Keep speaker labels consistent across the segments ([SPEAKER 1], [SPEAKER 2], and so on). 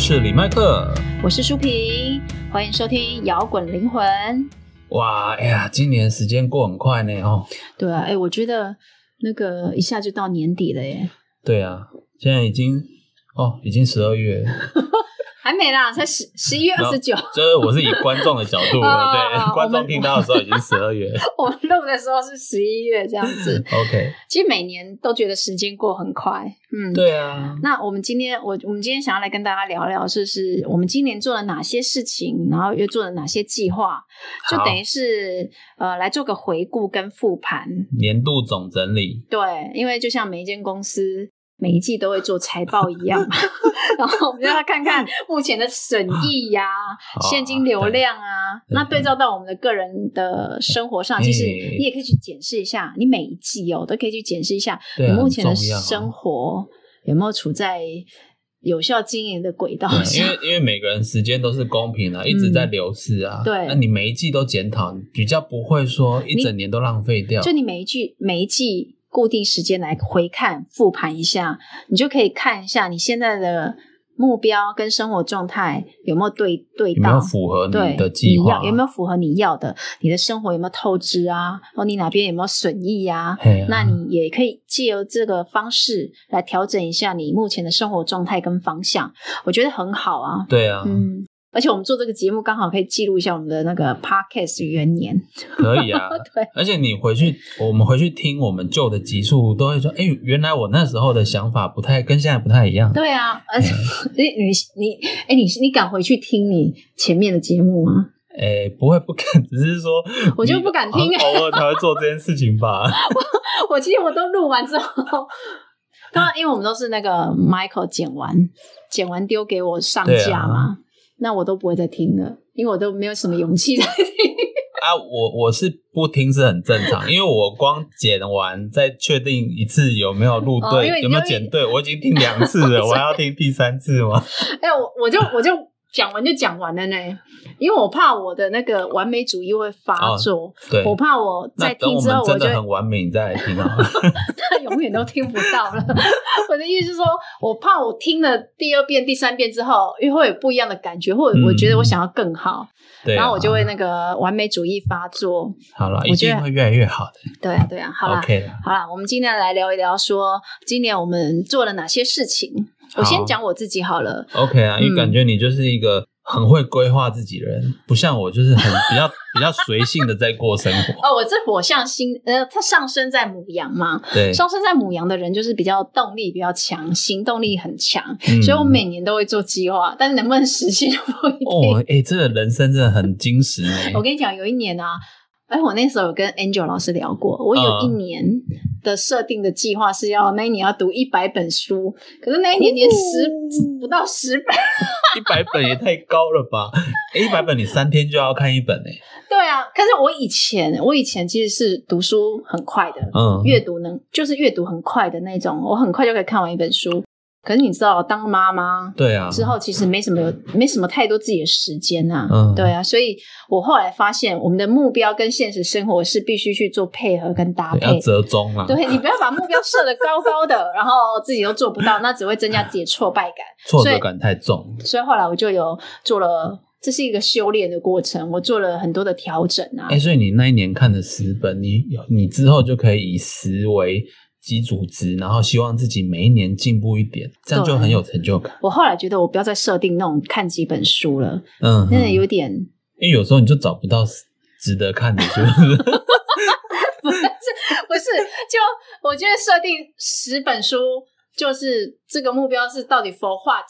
[SPEAKER 1] 是李麦克。
[SPEAKER 2] 我是舒平，欢迎收听《摇滚灵魂》。
[SPEAKER 1] 哇，哎呀，今年时间过很快呢哦。
[SPEAKER 2] 对啊，哎，我觉得那个一下就到年底了耶，
[SPEAKER 1] 对啊，现在已经哦，已经十二月 了，
[SPEAKER 2] 还没啦，才十十一月二十九，
[SPEAKER 1] 就是我是以观众的角度，
[SPEAKER 2] 哦哦
[SPEAKER 1] 对
[SPEAKER 2] 哦
[SPEAKER 1] 观
[SPEAKER 2] 我
[SPEAKER 1] 众
[SPEAKER 2] 们
[SPEAKER 1] 听到的时候已经十二月了。
[SPEAKER 2] 我们录的时候是十一月这样 子。
[SPEAKER 1] OK，
[SPEAKER 2] 其实每年都觉得时间过很快，嗯，。
[SPEAKER 1] 对啊，
[SPEAKER 2] 那我们今天，我我们今天想要来跟大家聊聊，就是我们今年做了哪些事情，然后又做了哪些计划，就
[SPEAKER 1] 好
[SPEAKER 2] 等于是呃来做个回顾跟复盘。
[SPEAKER 1] 年度总整理，
[SPEAKER 2] 对，因为就像每一间公司每一季都会做财报一样 嘛，然后我们就要看看目前的损益呀、
[SPEAKER 1] 好啊
[SPEAKER 2] 现金流量啊，
[SPEAKER 1] 对嗯
[SPEAKER 2] 那对照到我们的个人的生活上，
[SPEAKER 1] 哎
[SPEAKER 2] 其实你也可以去检视一下，你每一季哦都可以去检视一下
[SPEAKER 1] 对
[SPEAKER 2] 你
[SPEAKER 1] 啊
[SPEAKER 2] 目前的
[SPEAKER 1] 很重要啊
[SPEAKER 2] 生活有没有处在有效经营的轨道
[SPEAKER 1] 对啊因
[SPEAKER 2] 上。
[SPEAKER 1] 为因为每个人时间都是公平啊的，一直在流逝啊。
[SPEAKER 2] 嗯对
[SPEAKER 1] 那你每一季都检讨，比较不会说一整年都浪费掉
[SPEAKER 2] 就。你每一季每一季固定时间来回看复盘一下，你就可以看一下你现在的目标跟生活状态有没有对对
[SPEAKER 1] 有没有
[SPEAKER 2] 到。
[SPEAKER 1] 符合
[SPEAKER 2] 对
[SPEAKER 1] 你的计
[SPEAKER 2] 你
[SPEAKER 1] 划？
[SPEAKER 2] 要有没有符合你要的？你的生活有没有透支啊？哦，你哪边有没有损益啊？
[SPEAKER 1] 嘿啊
[SPEAKER 2] 那你也可以借由这个方式来调整一下你目前的生活状态跟方向，我觉得很好啊。
[SPEAKER 1] 对啊，
[SPEAKER 2] 嗯，而且我们做这个节目刚好可以记录一下我们的那个 podcast 元年。
[SPEAKER 1] 可以啊
[SPEAKER 2] 对。
[SPEAKER 1] 而且你回去，我们回去听我们旧的集数，都会说，哎，原来我那时候的想法不太跟现在不太一样。
[SPEAKER 2] 对啊，而且 你你你，哎，你你敢回去听你前面的节目吗？
[SPEAKER 1] 哎，不会不敢， 只是说
[SPEAKER 2] 我就不敢听
[SPEAKER 1] 你偶尔才会做这件事情 吧。
[SPEAKER 2] 我其实我都录完之后， 当然因为我们都是那个 Michael 剪完，剪完丢给我上
[SPEAKER 1] 对
[SPEAKER 2] 架
[SPEAKER 1] 啊
[SPEAKER 2] 嘛，那我都不会再听了，因为我都没有什么勇气再听。
[SPEAKER 1] 啊，我我是不听是很正常，因为我光剪完再确定一次有没有录
[SPEAKER 2] 哦
[SPEAKER 1] 对，
[SPEAKER 2] 因为你
[SPEAKER 1] 有没有
[SPEAKER 2] 就一
[SPEAKER 1] 剪对，我已经听两次 了，我还要听第三次吗？
[SPEAKER 2] 哎、我我就我就讲完就讲完了呢，因为我怕我的那个完美主义会发
[SPEAKER 1] 哦
[SPEAKER 2] 作，
[SPEAKER 1] 对，
[SPEAKER 2] 我怕我
[SPEAKER 1] 那
[SPEAKER 2] 在
[SPEAKER 1] 等
[SPEAKER 2] 听
[SPEAKER 1] 我
[SPEAKER 2] 之
[SPEAKER 1] 们
[SPEAKER 2] 后
[SPEAKER 1] 真
[SPEAKER 2] 就
[SPEAKER 1] 的很完美，你再来听啊 好了。
[SPEAKER 2] 永远都听不到了。我的意思是说，我怕我听了第二遍、第三遍之后，又会有不一样的感觉，或者
[SPEAKER 1] 嗯
[SPEAKER 2] 我觉得我想要更好，
[SPEAKER 1] 对啊，
[SPEAKER 2] 然后我就会那个完美主义发作。
[SPEAKER 1] 好了，
[SPEAKER 2] 我
[SPEAKER 1] 一
[SPEAKER 2] 觉得
[SPEAKER 1] 定会越来越好的。
[SPEAKER 2] 对啊，对啊，好啦
[SPEAKER 1] OK 了，
[SPEAKER 2] 好啦，我们今天来聊一聊说，今年我们做了哪些事情。我先
[SPEAKER 1] 好
[SPEAKER 2] 讲我自己好了，
[SPEAKER 1] OK 啊，因为
[SPEAKER 2] 嗯
[SPEAKER 1] 感觉你就是一个很会规划自己的人，不像我就是很比较比较随性的在过生活。
[SPEAKER 2] 哦，我这火象星，呃，它上升在母羊嘛，
[SPEAKER 1] 对，
[SPEAKER 2] 上升在母羊的人就是比较动力比较强，行动力很强，
[SPEAKER 1] 嗯
[SPEAKER 2] 所以我每年都会做计划，但是能不能实现 不一定。
[SPEAKER 1] 哦，哎、这个人生真的很精实呢。
[SPEAKER 2] 我跟你讲，有一年啊，哎，我那时候有跟 Angel 老师聊过，我
[SPEAKER 1] 嗯
[SPEAKER 2] 有一年的设定的计划是要那一年要读一百本书，可是那一年
[SPEAKER 1] 哦
[SPEAKER 2] 连十、不到十本，
[SPEAKER 1] 一百本也太高了吧？一百本你三天就要看一本哎、
[SPEAKER 2] 对啊。可是我以前，我以前其实是读书很快的，
[SPEAKER 1] 嗯，
[SPEAKER 2] 阅读能就是阅读很快的那种，我很快就可以看完一本书。可是你知道，当妈妈
[SPEAKER 1] 对啊，
[SPEAKER 2] 之后其实没什么有没什么太多自己的时间啊，
[SPEAKER 1] 嗯
[SPEAKER 2] 对啊，所以我后来发现，我们的目标跟现实生活是必须去做配合跟搭
[SPEAKER 1] 对
[SPEAKER 2] 配
[SPEAKER 1] 要。折中啦，
[SPEAKER 2] 对你不要把目标设得高高的，然后自己都做不到，那只会增加自己的挫败感。
[SPEAKER 1] 挫折感太重。
[SPEAKER 2] 所以后来我就有做了，这是一个修炼的过程，我做了很多的调整啊
[SPEAKER 1] 哎、。所以你那一年看了十本，你有你之后就可以以十为基础值，然后希望自己每一年进步一点，这样就很有成就感。
[SPEAKER 2] 我后来觉得我不要再设定那种看几本书了，
[SPEAKER 1] 嗯，
[SPEAKER 2] 真的有点
[SPEAKER 1] 因为有时候你就找不到值得看的书， 是不是？
[SPEAKER 2] 不是，就我觉得设定十本书，就是这个目标是到底 for what？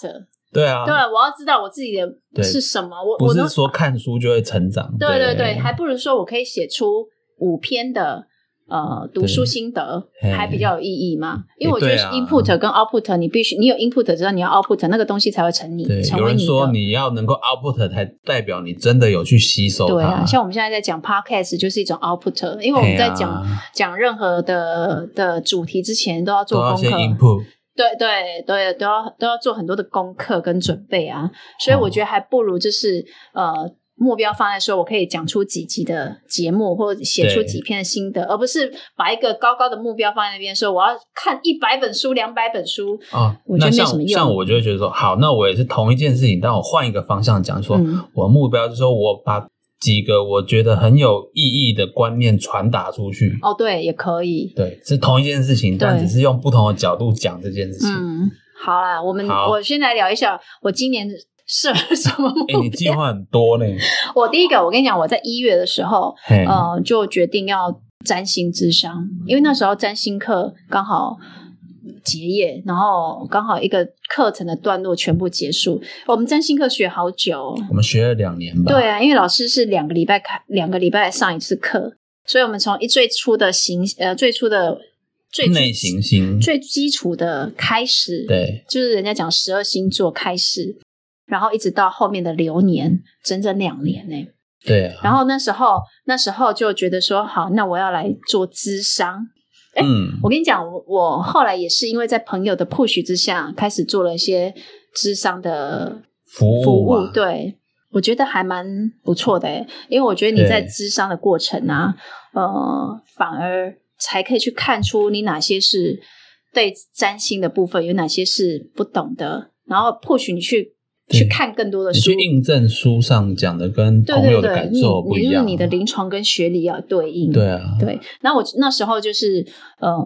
[SPEAKER 1] 对啊，
[SPEAKER 2] 对，我要知道我自己的
[SPEAKER 1] 对
[SPEAKER 2] 是什么，我
[SPEAKER 1] 不
[SPEAKER 2] 我都
[SPEAKER 1] 是说看书就会成长。
[SPEAKER 2] 对
[SPEAKER 1] 对
[SPEAKER 2] 对对，还不如说我可以写出五篇的呃读书
[SPEAKER 1] 对
[SPEAKER 2] 心得
[SPEAKER 1] 嘿，
[SPEAKER 2] 还比较有意义嘛。因为我觉
[SPEAKER 1] 对
[SPEAKER 2] 得
[SPEAKER 1] 啊
[SPEAKER 2] input 跟 output，你必须你有 input 之后，你要 output，那个东西才会成你
[SPEAKER 1] 对，
[SPEAKER 2] 成
[SPEAKER 1] 有
[SPEAKER 2] 为
[SPEAKER 1] 人
[SPEAKER 2] 你
[SPEAKER 1] 说
[SPEAKER 2] 的。
[SPEAKER 1] 你要能够 output 才代表你真的有去吸收它。
[SPEAKER 2] 对啊，像我们现在在讲 podcast 就是一种 output，因为我们在讲、
[SPEAKER 1] 嘿啊
[SPEAKER 2] 讲任何的的主题之前都要做
[SPEAKER 1] 都要
[SPEAKER 2] 功
[SPEAKER 1] 先
[SPEAKER 2] 课，
[SPEAKER 1] input。
[SPEAKER 2] 对对对，
[SPEAKER 1] 嗯
[SPEAKER 2] 都要都要做很多的功课跟准备啊，所以我觉得还不如就是、呃，目标放在说我可以讲出几集的节目，或写出
[SPEAKER 1] 对
[SPEAKER 2] 几篇的心得，而不是把一个高高的目标放在那边，说我要看一百本书、两百本书。
[SPEAKER 1] 哦，
[SPEAKER 2] 我觉
[SPEAKER 1] 那
[SPEAKER 2] 得没
[SPEAKER 1] 像
[SPEAKER 2] 什么用
[SPEAKER 1] 像我就会觉得说，好，那我也是同一件事情，但我换一个方向讲，说、
[SPEAKER 2] 嗯
[SPEAKER 1] 我的目标就是说我把几个我觉得很有意义的观念传达出去。
[SPEAKER 2] 哦，对，也可以。
[SPEAKER 1] 对，是同一件事情，但
[SPEAKER 2] 对
[SPEAKER 1] 只是用不同的角度讲这件事情。
[SPEAKER 2] 嗯，好啦，我们
[SPEAKER 1] 好
[SPEAKER 2] 我先来聊一下我今年设了什么目
[SPEAKER 1] 哎、你计划很多呢，
[SPEAKER 2] 我第一个，我跟你讲，我在一月的时候，
[SPEAKER 1] 嘿，
[SPEAKER 2] 呃，就决定要占星智商，因为那时候占星课刚好结业，然后刚好一个课程的段落全部结束。我们占星课学好久哦、
[SPEAKER 1] 我们学了两年吧，
[SPEAKER 2] 对啊，因为老师是两个礼拜开，两个礼拜上一次课，所以我们从一最初的形，呃，最初的最
[SPEAKER 1] 内行星，
[SPEAKER 2] 最基础的开始，
[SPEAKER 1] 对，
[SPEAKER 2] 就是人家讲十二星座开始，然后一直到后面的流年，整整两年呢、欸
[SPEAKER 1] 对啊，
[SPEAKER 2] 然后那时候，那时候就觉得说，好，那我要来做咨商。哎
[SPEAKER 1] 嗯，
[SPEAKER 2] 我跟你讲，我我后来也是因为在朋友的 push 之下，开始做了一些咨商的
[SPEAKER 1] 服
[SPEAKER 2] 服
[SPEAKER 1] 务
[SPEAKER 2] 务
[SPEAKER 1] 啊，。
[SPEAKER 2] 对，我觉得还蛮不错的诶，欸因为我觉得你在
[SPEAKER 1] 对
[SPEAKER 2] 咨商的过程啊，呃，反而才可以去看出你哪些是对占星的部分，有哪些是不懂的，然后 push 你去
[SPEAKER 1] 对
[SPEAKER 2] 去看更多的
[SPEAKER 1] 你
[SPEAKER 2] 书
[SPEAKER 1] 去，印证书上讲的跟
[SPEAKER 2] 对
[SPEAKER 1] 朋友
[SPEAKER 2] 对
[SPEAKER 1] 的
[SPEAKER 2] 对，
[SPEAKER 1] 感
[SPEAKER 2] 你
[SPEAKER 1] 受不一
[SPEAKER 2] 你因为
[SPEAKER 1] 样啊，
[SPEAKER 2] 你的临床跟学理要对应。
[SPEAKER 1] 对啊，
[SPEAKER 2] 对，那我那时候就是呃，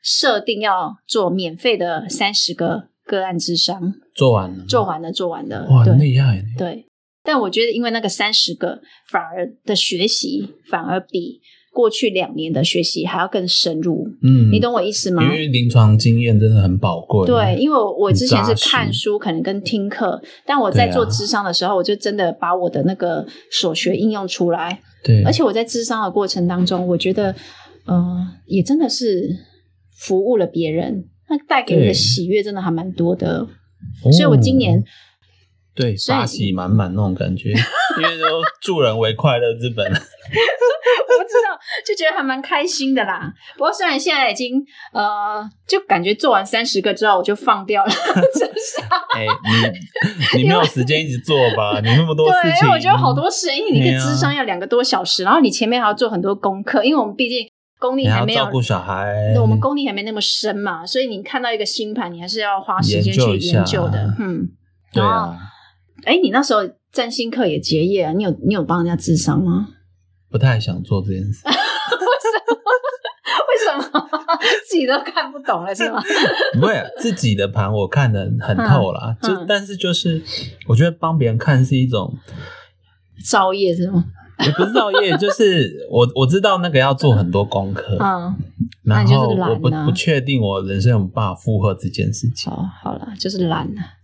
[SPEAKER 2] 设定要做免费的三十个个案智商，
[SPEAKER 1] 做完了，
[SPEAKER 2] 做完了，做完了，
[SPEAKER 1] 哇，很
[SPEAKER 2] 对
[SPEAKER 1] 厉害呢，
[SPEAKER 2] 对。但我觉得，因为那个三十个反而的学习，反而比过去两年的学习还要更深入。
[SPEAKER 1] 嗯，
[SPEAKER 2] 你懂我意思吗？
[SPEAKER 1] 因为临床经验真的很宝贵。啊
[SPEAKER 2] 对，因为我我
[SPEAKER 1] 很
[SPEAKER 2] 之前是
[SPEAKER 1] 扎实
[SPEAKER 2] 看书，可能跟听课，但我在
[SPEAKER 1] 对啊
[SPEAKER 2] 做智商的时候，我就真的把我的那个所学应用出来。
[SPEAKER 1] 对，
[SPEAKER 2] 而且我在智商的过程当中，我觉得，呃，也真的是服务了别人，那带给我的
[SPEAKER 1] 对
[SPEAKER 2] 喜悦真的还蛮多的。
[SPEAKER 1] 哦
[SPEAKER 2] 所以我今年
[SPEAKER 1] 对
[SPEAKER 2] 所以
[SPEAKER 1] 发喜满满那种感 觉，因为都助人为快乐之本。啊
[SPEAKER 2] 我不知道，就觉得还蛮开心的啦。不过虽然现在已经呃，就感觉做完三十个之后我就放 掉了，真是
[SPEAKER 1] 哎，你你没有时间一直做吧？你那么多事
[SPEAKER 2] 对，因
[SPEAKER 1] 情，
[SPEAKER 2] 为我觉得好多事，因为你一
[SPEAKER 1] 对
[SPEAKER 2] 个
[SPEAKER 1] 啊
[SPEAKER 2] 智商要两个多小时，然后你前面还要做很多功课，因为我们毕竟功力
[SPEAKER 1] 你还
[SPEAKER 2] 还
[SPEAKER 1] 要
[SPEAKER 2] 没有
[SPEAKER 1] 照顾小孩
[SPEAKER 2] 那，我们功力还没那么深嘛，所以你看到一个星盘，你还是要花时间
[SPEAKER 1] 研究
[SPEAKER 2] 去
[SPEAKER 1] 一下
[SPEAKER 2] 研究的。嗯，
[SPEAKER 1] 对
[SPEAKER 2] 然后
[SPEAKER 1] 啊，
[SPEAKER 2] 哎，你那时候占星课也结业啊？你有你有帮人家智商吗？
[SPEAKER 1] 不太想做这件事。
[SPEAKER 2] 为什么 自己都看不懂了是吗？
[SPEAKER 1] 不会啊，自己的盘我看得很透啦，
[SPEAKER 2] 嗯
[SPEAKER 1] 就
[SPEAKER 2] 嗯
[SPEAKER 1] 但是就是我觉得帮别人看是一种
[SPEAKER 2] 造业是吗？
[SPEAKER 1] 也不是造业，就是我我知道那个要做很多功课，
[SPEAKER 2] 嗯，那
[SPEAKER 1] 然
[SPEAKER 2] 你就是
[SPEAKER 1] 后我
[SPEAKER 2] 懒
[SPEAKER 1] 不
[SPEAKER 2] 啊
[SPEAKER 1] 不确定我人生有没有办法负荷这件事情。
[SPEAKER 2] 哦，好了，就是懒啊了。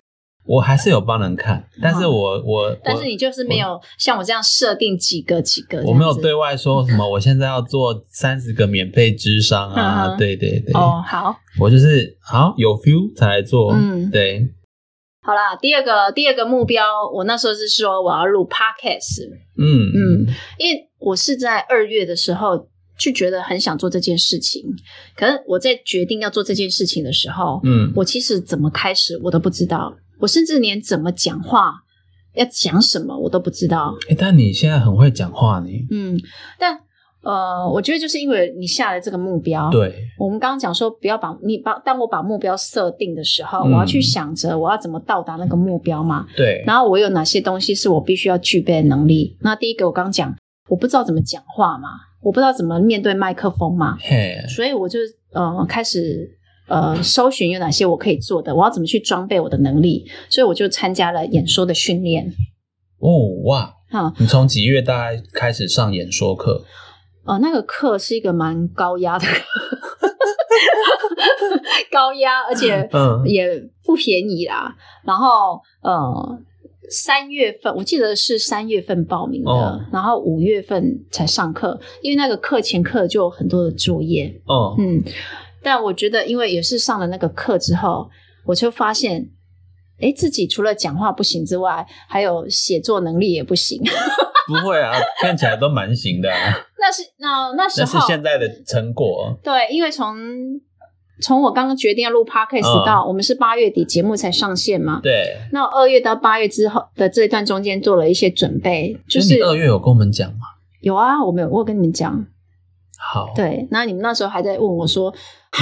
[SPEAKER 1] 我还是有帮人看，但是我我
[SPEAKER 2] 嗯但是你就是没有像我这样设定几个几个这
[SPEAKER 1] 我
[SPEAKER 2] 样子，
[SPEAKER 1] 我没有对外说什么，我现在要做三十个免费智商
[SPEAKER 2] 嗯
[SPEAKER 1] 啊，
[SPEAKER 2] 哼
[SPEAKER 1] 对对对，
[SPEAKER 2] 哦，好，
[SPEAKER 1] 我就是好有 feel 才来做，
[SPEAKER 2] 嗯
[SPEAKER 1] 对，
[SPEAKER 2] 好啦，第二个第二个目标，我那时候是说我要录 podcast，
[SPEAKER 1] 嗯
[SPEAKER 2] 嗯，因为我是在二月的时候就觉得很想做这件事情，可是我在决定要做这件事情的时候，
[SPEAKER 1] 嗯
[SPEAKER 2] 我其实怎么开始我都不知道，我甚至连怎么讲话要讲什么我都不知道。
[SPEAKER 1] 诶但你现在很会讲话呢，
[SPEAKER 2] 嗯，但呃，我觉得就是因为你下了这个目标，，
[SPEAKER 1] 对，
[SPEAKER 2] 我们刚刚讲说不要把你把当我把目标设定的时候，
[SPEAKER 1] 嗯
[SPEAKER 2] 我要去想着我要怎么到达那个目标嘛。
[SPEAKER 1] 对，
[SPEAKER 2] 然后我有哪些东西是我必须要具备的能力？那第一个我刚讲，我不知道怎么讲话嘛，我不知道怎么面对麦克风嘛，
[SPEAKER 1] 嘿，
[SPEAKER 2] 所以我就呃开始呃搜寻有哪些我可以做的，我要怎么去装备我的能力，所以我就参加了演说的训练。
[SPEAKER 1] 哦哇，
[SPEAKER 2] 啊、
[SPEAKER 1] 你从几月大概开始上演说课？
[SPEAKER 2] 呃，那个课是一个蛮高压的课， 高压，而且
[SPEAKER 1] 嗯
[SPEAKER 2] 也不便宜啦。然后呃，三月份我记得是三月份报名的，
[SPEAKER 1] 哦
[SPEAKER 2] 然后五月份才上课，因为那个课前课就有很多的作业。
[SPEAKER 1] 哦，
[SPEAKER 2] 嗯，但我觉得因为也是上了那个课之后，我就发现。诶，自己除了讲话不行之外，还有写作能力也不行。
[SPEAKER 1] 不会啊，看起来都蛮行的、啊，
[SPEAKER 2] 那是那那时
[SPEAKER 1] 那是
[SPEAKER 2] 候
[SPEAKER 1] 现在的成果。
[SPEAKER 2] 对，因为从从我刚刚决定要录 podcast
[SPEAKER 1] 嗯
[SPEAKER 2] 到我们是八月底节目才上线嘛，
[SPEAKER 1] 对，
[SPEAKER 2] 那二月到八月之后的这一段中间做了一些准备，就
[SPEAKER 1] 所以
[SPEAKER 2] 是
[SPEAKER 1] 你二月有跟我们讲吗？
[SPEAKER 2] 有啊，我没有，我有跟你们讲，
[SPEAKER 1] 好，，
[SPEAKER 2] 对，那你们那时候还在问我说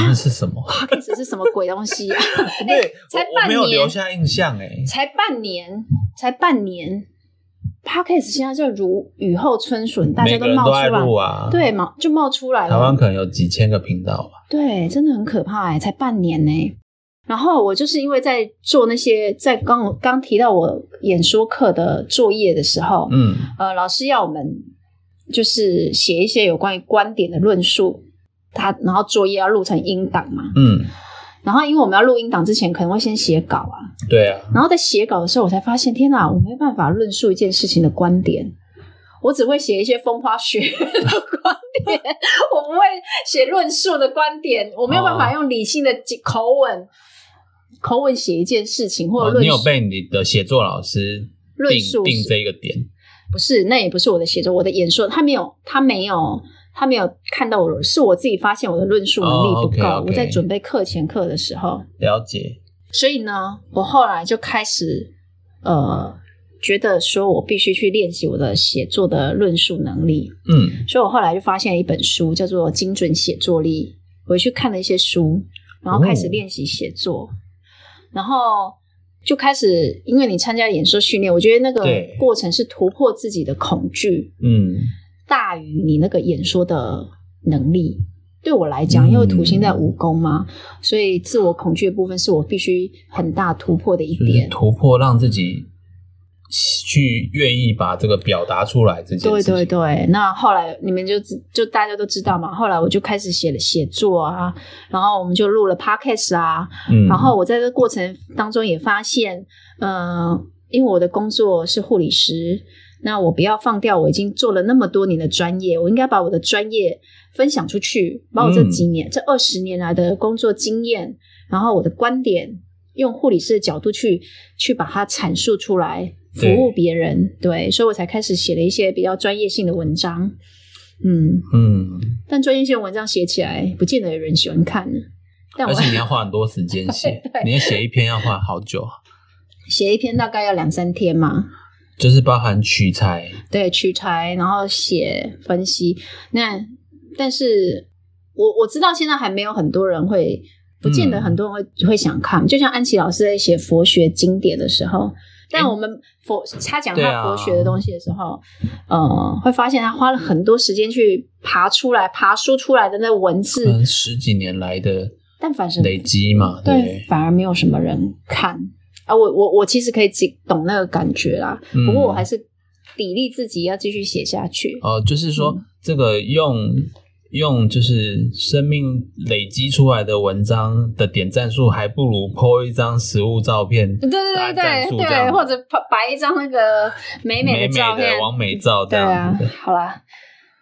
[SPEAKER 1] 那是什 么？
[SPEAKER 2] podcast 是什么鬼东西 啊？
[SPEAKER 1] 对，
[SPEAKER 2] 才
[SPEAKER 1] 我我没有
[SPEAKER 2] 半年
[SPEAKER 1] 留下印象哎。
[SPEAKER 2] 才半年，才半年，podcast 现在就如雨后春笋，大家
[SPEAKER 1] 每
[SPEAKER 2] 都
[SPEAKER 1] 个人
[SPEAKER 2] 冒
[SPEAKER 1] 都
[SPEAKER 2] 出
[SPEAKER 1] 爱
[SPEAKER 2] 来，
[SPEAKER 1] 录啊，
[SPEAKER 2] 对，嘛，就冒出来
[SPEAKER 1] 台湾
[SPEAKER 2] 了，
[SPEAKER 1] 可能有几千个频道吧。
[SPEAKER 2] 对，真的很可怕哎、才半年呢、然后我就是因为在做那些在刚刚提到我演说课的作业的时候，
[SPEAKER 1] 嗯，
[SPEAKER 2] 呃，老师要我们就是写一些有关于观点的论述，他然后作业要录成音档嘛，
[SPEAKER 1] 嗯，
[SPEAKER 2] 然后因为我们要录音档之前可能会先写稿啊，
[SPEAKER 1] 对啊，
[SPEAKER 2] 然后在写稿的时候我才发现，天哪，我没有办法论述一件事情的观点。我只会写一些风花雪月的观点，我不会写论述的观点，我没有办法
[SPEAKER 1] 哦
[SPEAKER 2] 用理性的口吻、口吻写一件事情或者
[SPEAKER 1] 哦
[SPEAKER 2] 论
[SPEAKER 1] 你
[SPEAKER 2] 述、
[SPEAKER 1] 有被你的写作老师
[SPEAKER 2] 论述
[SPEAKER 1] 定定
[SPEAKER 2] 是
[SPEAKER 1] 这个点，
[SPEAKER 2] 不是，那也不是我的写作，我的演说，他没有，他没有，他没有看到我，是我自己发现我的论述能力
[SPEAKER 1] 哦
[SPEAKER 2] 不够。
[SPEAKER 1] ，OK，OK
[SPEAKER 2] 我在准备课前课的时候，
[SPEAKER 1] 了解。
[SPEAKER 2] 所以呢，我后来就开始呃，觉得说我必须去练习我的写作的论述能力。
[SPEAKER 1] 嗯，
[SPEAKER 2] 所以我后来就发现了一本书，叫做《精准写作力》，我去看了一些书，然后开始
[SPEAKER 1] 哦
[SPEAKER 2] 练习写作，然后就开始，因为你参加演说训练，我觉得那个
[SPEAKER 1] 对
[SPEAKER 2] 过程是突破自己的恐惧，
[SPEAKER 1] 嗯，
[SPEAKER 2] 大于你那个演说的能力。对我来讲，因为土星在武功嘛，所以自我恐惧的部分是我必须很大突破的一
[SPEAKER 1] 就是
[SPEAKER 2] 点。
[SPEAKER 1] 突破，让自己去愿意把这个表达出来这件事
[SPEAKER 2] 对
[SPEAKER 1] 情。
[SPEAKER 2] 对对，那后来你们就知，就大家都知道嘛。后来我就开始写了写作啊，然后我们就录了 podcast 啊，
[SPEAKER 1] 嗯，
[SPEAKER 2] 然后我在这过程当中也发现，嗯、因为我的工作是护理师，那我不要放掉我已经做了那么多年的专业，我应该把我的专业分享出去，把我这
[SPEAKER 1] 嗯
[SPEAKER 2] 几年、这二十年来的工作经验，然后我的观点，用护理师的角度去去把它阐述出来，服
[SPEAKER 1] 对
[SPEAKER 2] 务别人。对，所以我才开始写了一些比较专业性的文章。嗯，
[SPEAKER 1] 嗯，
[SPEAKER 2] 但专业性的文章写起来不见得有人喜欢看呢。但我
[SPEAKER 1] 而且你要花很多时间 写
[SPEAKER 2] 对，对
[SPEAKER 1] 你要写一篇要花好久，啊
[SPEAKER 2] 写一篇大概要两三天嘛，
[SPEAKER 1] 就是包含取材，
[SPEAKER 2] 对，取材，然后写分析。那但是我我知道现在还没有很多人会，不见得
[SPEAKER 1] 嗯
[SPEAKER 2] 很多人会、会想看。就像安琪老师在写佛学经典的时候，但
[SPEAKER 1] 诶
[SPEAKER 2] 我们佛他讲
[SPEAKER 1] 对
[SPEAKER 2] 他
[SPEAKER 1] 啊
[SPEAKER 2] 佛学的东西的时候，呃，会发现他花了很多时间去爬出来、爬书出来的那文字，
[SPEAKER 1] 嗯，十几年来的
[SPEAKER 2] 但反是
[SPEAKER 1] 累积嘛，嗯对不
[SPEAKER 2] 对，反而没有什么人看啊。我我我其实可以记懂那个感觉啦，
[SPEAKER 1] 嗯
[SPEAKER 2] 不过我还是砥砺自己要继续写下去。
[SPEAKER 1] 哦，就是说、这个用用就是生命累积出来的文章的点赞数，还不如 po 一张实物照片，
[SPEAKER 2] 对对对
[SPEAKER 1] 大家赞
[SPEAKER 2] 对
[SPEAKER 1] 助这样
[SPEAKER 2] 对，
[SPEAKER 1] 子
[SPEAKER 2] 或者拍摆一张那个美美
[SPEAKER 1] 美
[SPEAKER 2] 的照片，
[SPEAKER 1] 的完美照这
[SPEAKER 2] 对
[SPEAKER 1] 样
[SPEAKER 2] 啊
[SPEAKER 1] 子的。，
[SPEAKER 2] 好啦，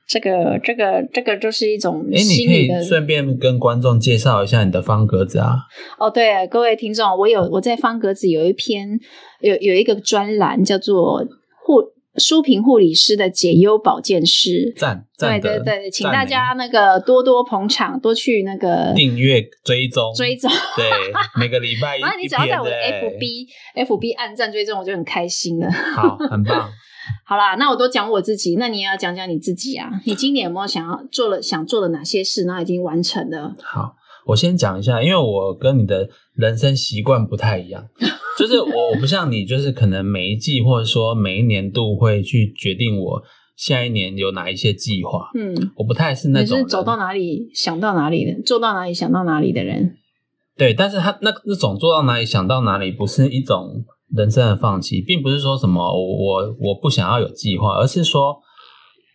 [SPEAKER 2] 这个这个这个就是一种
[SPEAKER 1] 哎、你
[SPEAKER 2] 心
[SPEAKER 1] 可
[SPEAKER 2] 理
[SPEAKER 1] 以
[SPEAKER 2] 的
[SPEAKER 1] 顺便跟观众介绍一下你的方格子啊，
[SPEAKER 2] 哦，对啊，各位听众，我有我在方格子有一篇有有一个专栏叫做护书评护理师的解忧保健师，
[SPEAKER 1] 赞
[SPEAKER 2] 对
[SPEAKER 1] 赞
[SPEAKER 2] 对
[SPEAKER 1] 的，
[SPEAKER 2] 对，请
[SPEAKER 1] 赞
[SPEAKER 2] 大
[SPEAKER 1] 美
[SPEAKER 2] 家那个多多捧场，多去那个
[SPEAKER 1] 订阅追踪
[SPEAKER 2] 追踪。
[SPEAKER 1] 对，每个礼 拜一
[SPEAKER 2] 然后你
[SPEAKER 1] 一
[SPEAKER 2] 只要
[SPEAKER 1] 篇
[SPEAKER 2] 在我的
[SPEAKER 1] 对
[SPEAKER 2] FB FB 按赞追踪，我就很开心了。
[SPEAKER 1] 好，很棒。
[SPEAKER 2] 好啦，那我都讲我自己，那你也要讲讲你自己啊。你今年有没有想要做了想做的哪些事，然后已经完成了？
[SPEAKER 1] 好，我先讲一下，因为我跟你的人生习惯不太一样，就是我我不像你，就是可能每一季或者说每一年度会去决定我下一年有哪一些计划。
[SPEAKER 2] 嗯，
[SPEAKER 1] 我不太是那
[SPEAKER 2] 你
[SPEAKER 1] 种
[SPEAKER 2] 是
[SPEAKER 1] 人
[SPEAKER 2] 走到哪里想到哪里的，做到哪里想到哪里的人。
[SPEAKER 1] 对，但是他那那种做到哪里想到哪里，不是一种人生的放弃，并不是说什么我我我不想要有计划，而是说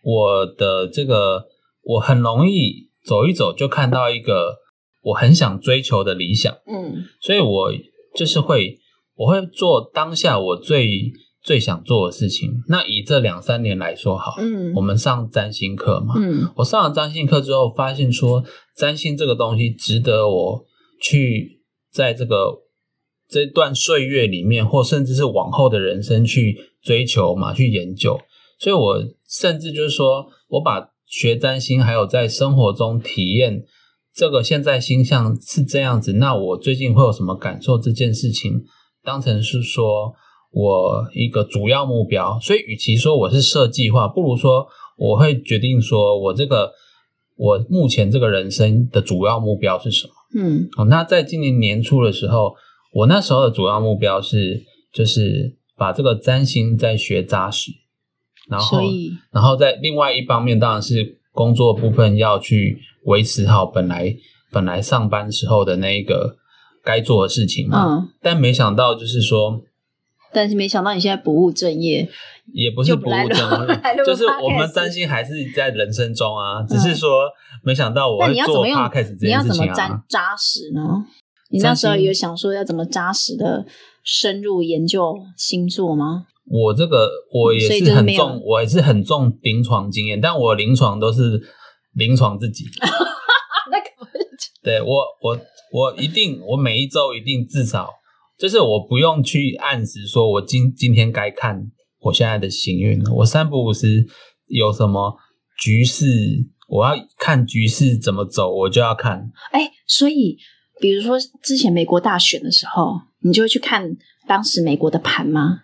[SPEAKER 1] 我的这个我很容易走一走就看到一个我很想追求的理想。
[SPEAKER 2] 嗯
[SPEAKER 1] 所以我就是会，我会做当下我最最想做的事情。那以这两三年来说好，
[SPEAKER 2] 嗯
[SPEAKER 1] 我们上占星课嘛，
[SPEAKER 2] 嗯
[SPEAKER 1] 我上了占星课之后，发现说占星这个东西值得我去在这个这段岁月里面，或甚至是往后的人生去追求嘛，去研究。所以我甚至就是说，我把学占星还有在生活中体验这个现在星象是这样子，那我最近会有什么感受？这件事情当成是说我一个主要目标，所以与其说我是设计划，不如说我会决定说我这个我目前这个人生的主要目标是什么。
[SPEAKER 2] 嗯
[SPEAKER 1] 哦，那在今年年初的时候，我那时候的主要目标是就是把这个占星再学扎实，然后
[SPEAKER 2] 所以
[SPEAKER 1] 然后在另外一方面，当然是工作部分要去维持好本来本来上班时候的那一个该做的事情嘛。
[SPEAKER 2] 嗯，
[SPEAKER 1] 但没想到就是说，
[SPEAKER 2] 但是没想到你现在不务正业，
[SPEAKER 1] 也不是不务
[SPEAKER 2] 就 不
[SPEAKER 1] 正
[SPEAKER 2] 来录来录
[SPEAKER 1] 业，就是我们
[SPEAKER 2] podcast 嗯
[SPEAKER 1] 三星还是在人生中啊，只是说没想到我
[SPEAKER 2] 那
[SPEAKER 1] 会
[SPEAKER 2] 你要怎
[SPEAKER 1] 做
[SPEAKER 2] 么用
[SPEAKER 1] podcast 这
[SPEAKER 2] 你要
[SPEAKER 1] 件事
[SPEAKER 2] 怎
[SPEAKER 1] 情
[SPEAKER 2] 么
[SPEAKER 1] 啊
[SPEAKER 2] 扎。扎实呢？你那时候
[SPEAKER 1] 占星
[SPEAKER 2] 有想说要怎么扎实的深入研究星座吗？
[SPEAKER 1] 我这个我也
[SPEAKER 2] 嗯所以
[SPEAKER 1] 是
[SPEAKER 2] 就是
[SPEAKER 1] 很
[SPEAKER 2] 没有
[SPEAKER 1] 重，我也是很重临床经验，但我临床都是临床自己。
[SPEAKER 2] 啊，那个不是
[SPEAKER 1] 对我，我我一定，我每一周一定至少，就是我不用去按时说，我今今天该看我现在的行运了。我三不五时有什么局势，我要看局势怎么走，我就要看。
[SPEAKER 2] 哎，所以比如说之前美国大选的时候，你就会去看当时美国的盘吗？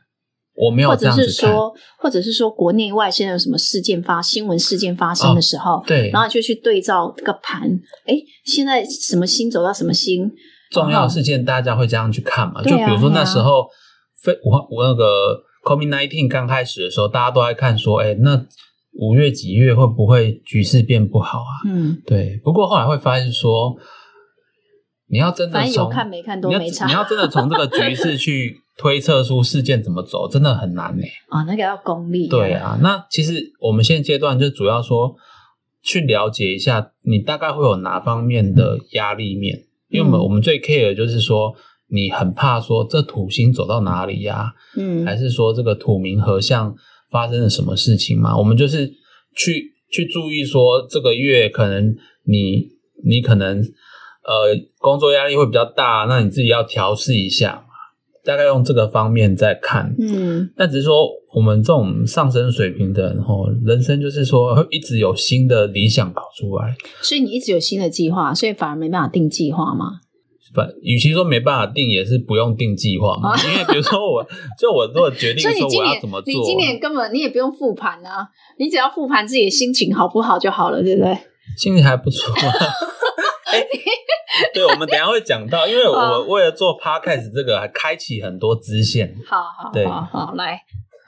[SPEAKER 1] 我没有
[SPEAKER 2] 或
[SPEAKER 1] 这
[SPEAKER 2] 者
[SPEAKER 1] 样子
[SPEAKER 2] 是
[SPEAKER 1] 看，
[SPEAKER 2] 说，或者是说国内外现在有什么事件发新闻事件发生的时候，
[SPEAKER 1] 哦对
[SPEAKER 2] 然，后就去对照这个盘，哎，现在什么星走到什么星？
[SPEAKER 1] 重要事件大家会这样去看嘛？
[SPEAKER 2] 嗯对
[SPEAKER 1] 就
[SPEAKER 2] 啊
[SPEAKER 1] 比如说那时候，非、 我我那个 COVID nineteen 刚开始的时候，大家都在看说，哎，那五月几月会不会局势变不好啊？
[SPEAKER 2] 嗯，
[SPEAKER 1] 对，不过后来会发现说，你要真的
[SPEAKER 2] 反正有
[SPEAKER 1] 从
[SPEAKER 2] 看没看都
[SPEAKER 1] 你要
[SPEAKER 2] 没
[SPEAKER 1] 你
[SPEAKER 2] 差
[SPEAKER 1] 要真的从这个局势去推测出事件怎么走，真的很难欸呢、
[SPEAKER 2] 啊、那个要功力、
[SPEAKER 1] 对，啊，那其实我们现阶段就主要说去了解一下，你大概会有哪方面的压力面，因为我们、
[SPEAKER 2] 嗯
[SPEAKER 1] 我们最 care 的就是说。你很怕说这土星走到哪里呀、
[SPEAKER 2] 嗯
[SPEAKER 1] 还是说这个土冥合相发生了什么事情吗？我们就是去去注意说，这个月可能你你可能呃工作压力会比较大，那你自己要调试一下嘛。大概用这个方面在看，
[SPEAKER 2] 嗯
[SPEAKER 1] 那只是说我们这种上升水平的人吼，人生就是说会一直有新的理想跑出来。
[SPEAKER 2] 所以你一直有新的计划，所以反而没办法定计划嘛。
[SPEAKER 1] 不，与其说没办法定，也是不用定计划嘛。因为比如说我，就我如果决定
[SPEAKER 2] 哦所以
[SPEAKER 1] 说
[SPEAKER 2] 你今
[SPEAKER 1] 我要
[SPEAKER 2] 年
[SPEAKER 1] 怎么做，
[SPEAKER 2] 你今年根本你也不用复盘啊，你只要复盘自己的心情好不好就好了，对不对？
[SPEAKER 1] 心情还不错。啊 哎、对，我们等一下会讲到，因为
[SPEAKER 2] 好
[SPEAKER 1] 我为了做 podcast 这个，还开启很多支线。
[SPEAKER 2] 好好
[SPEAKER 1] 对
[SPEAKER 2] 好好来。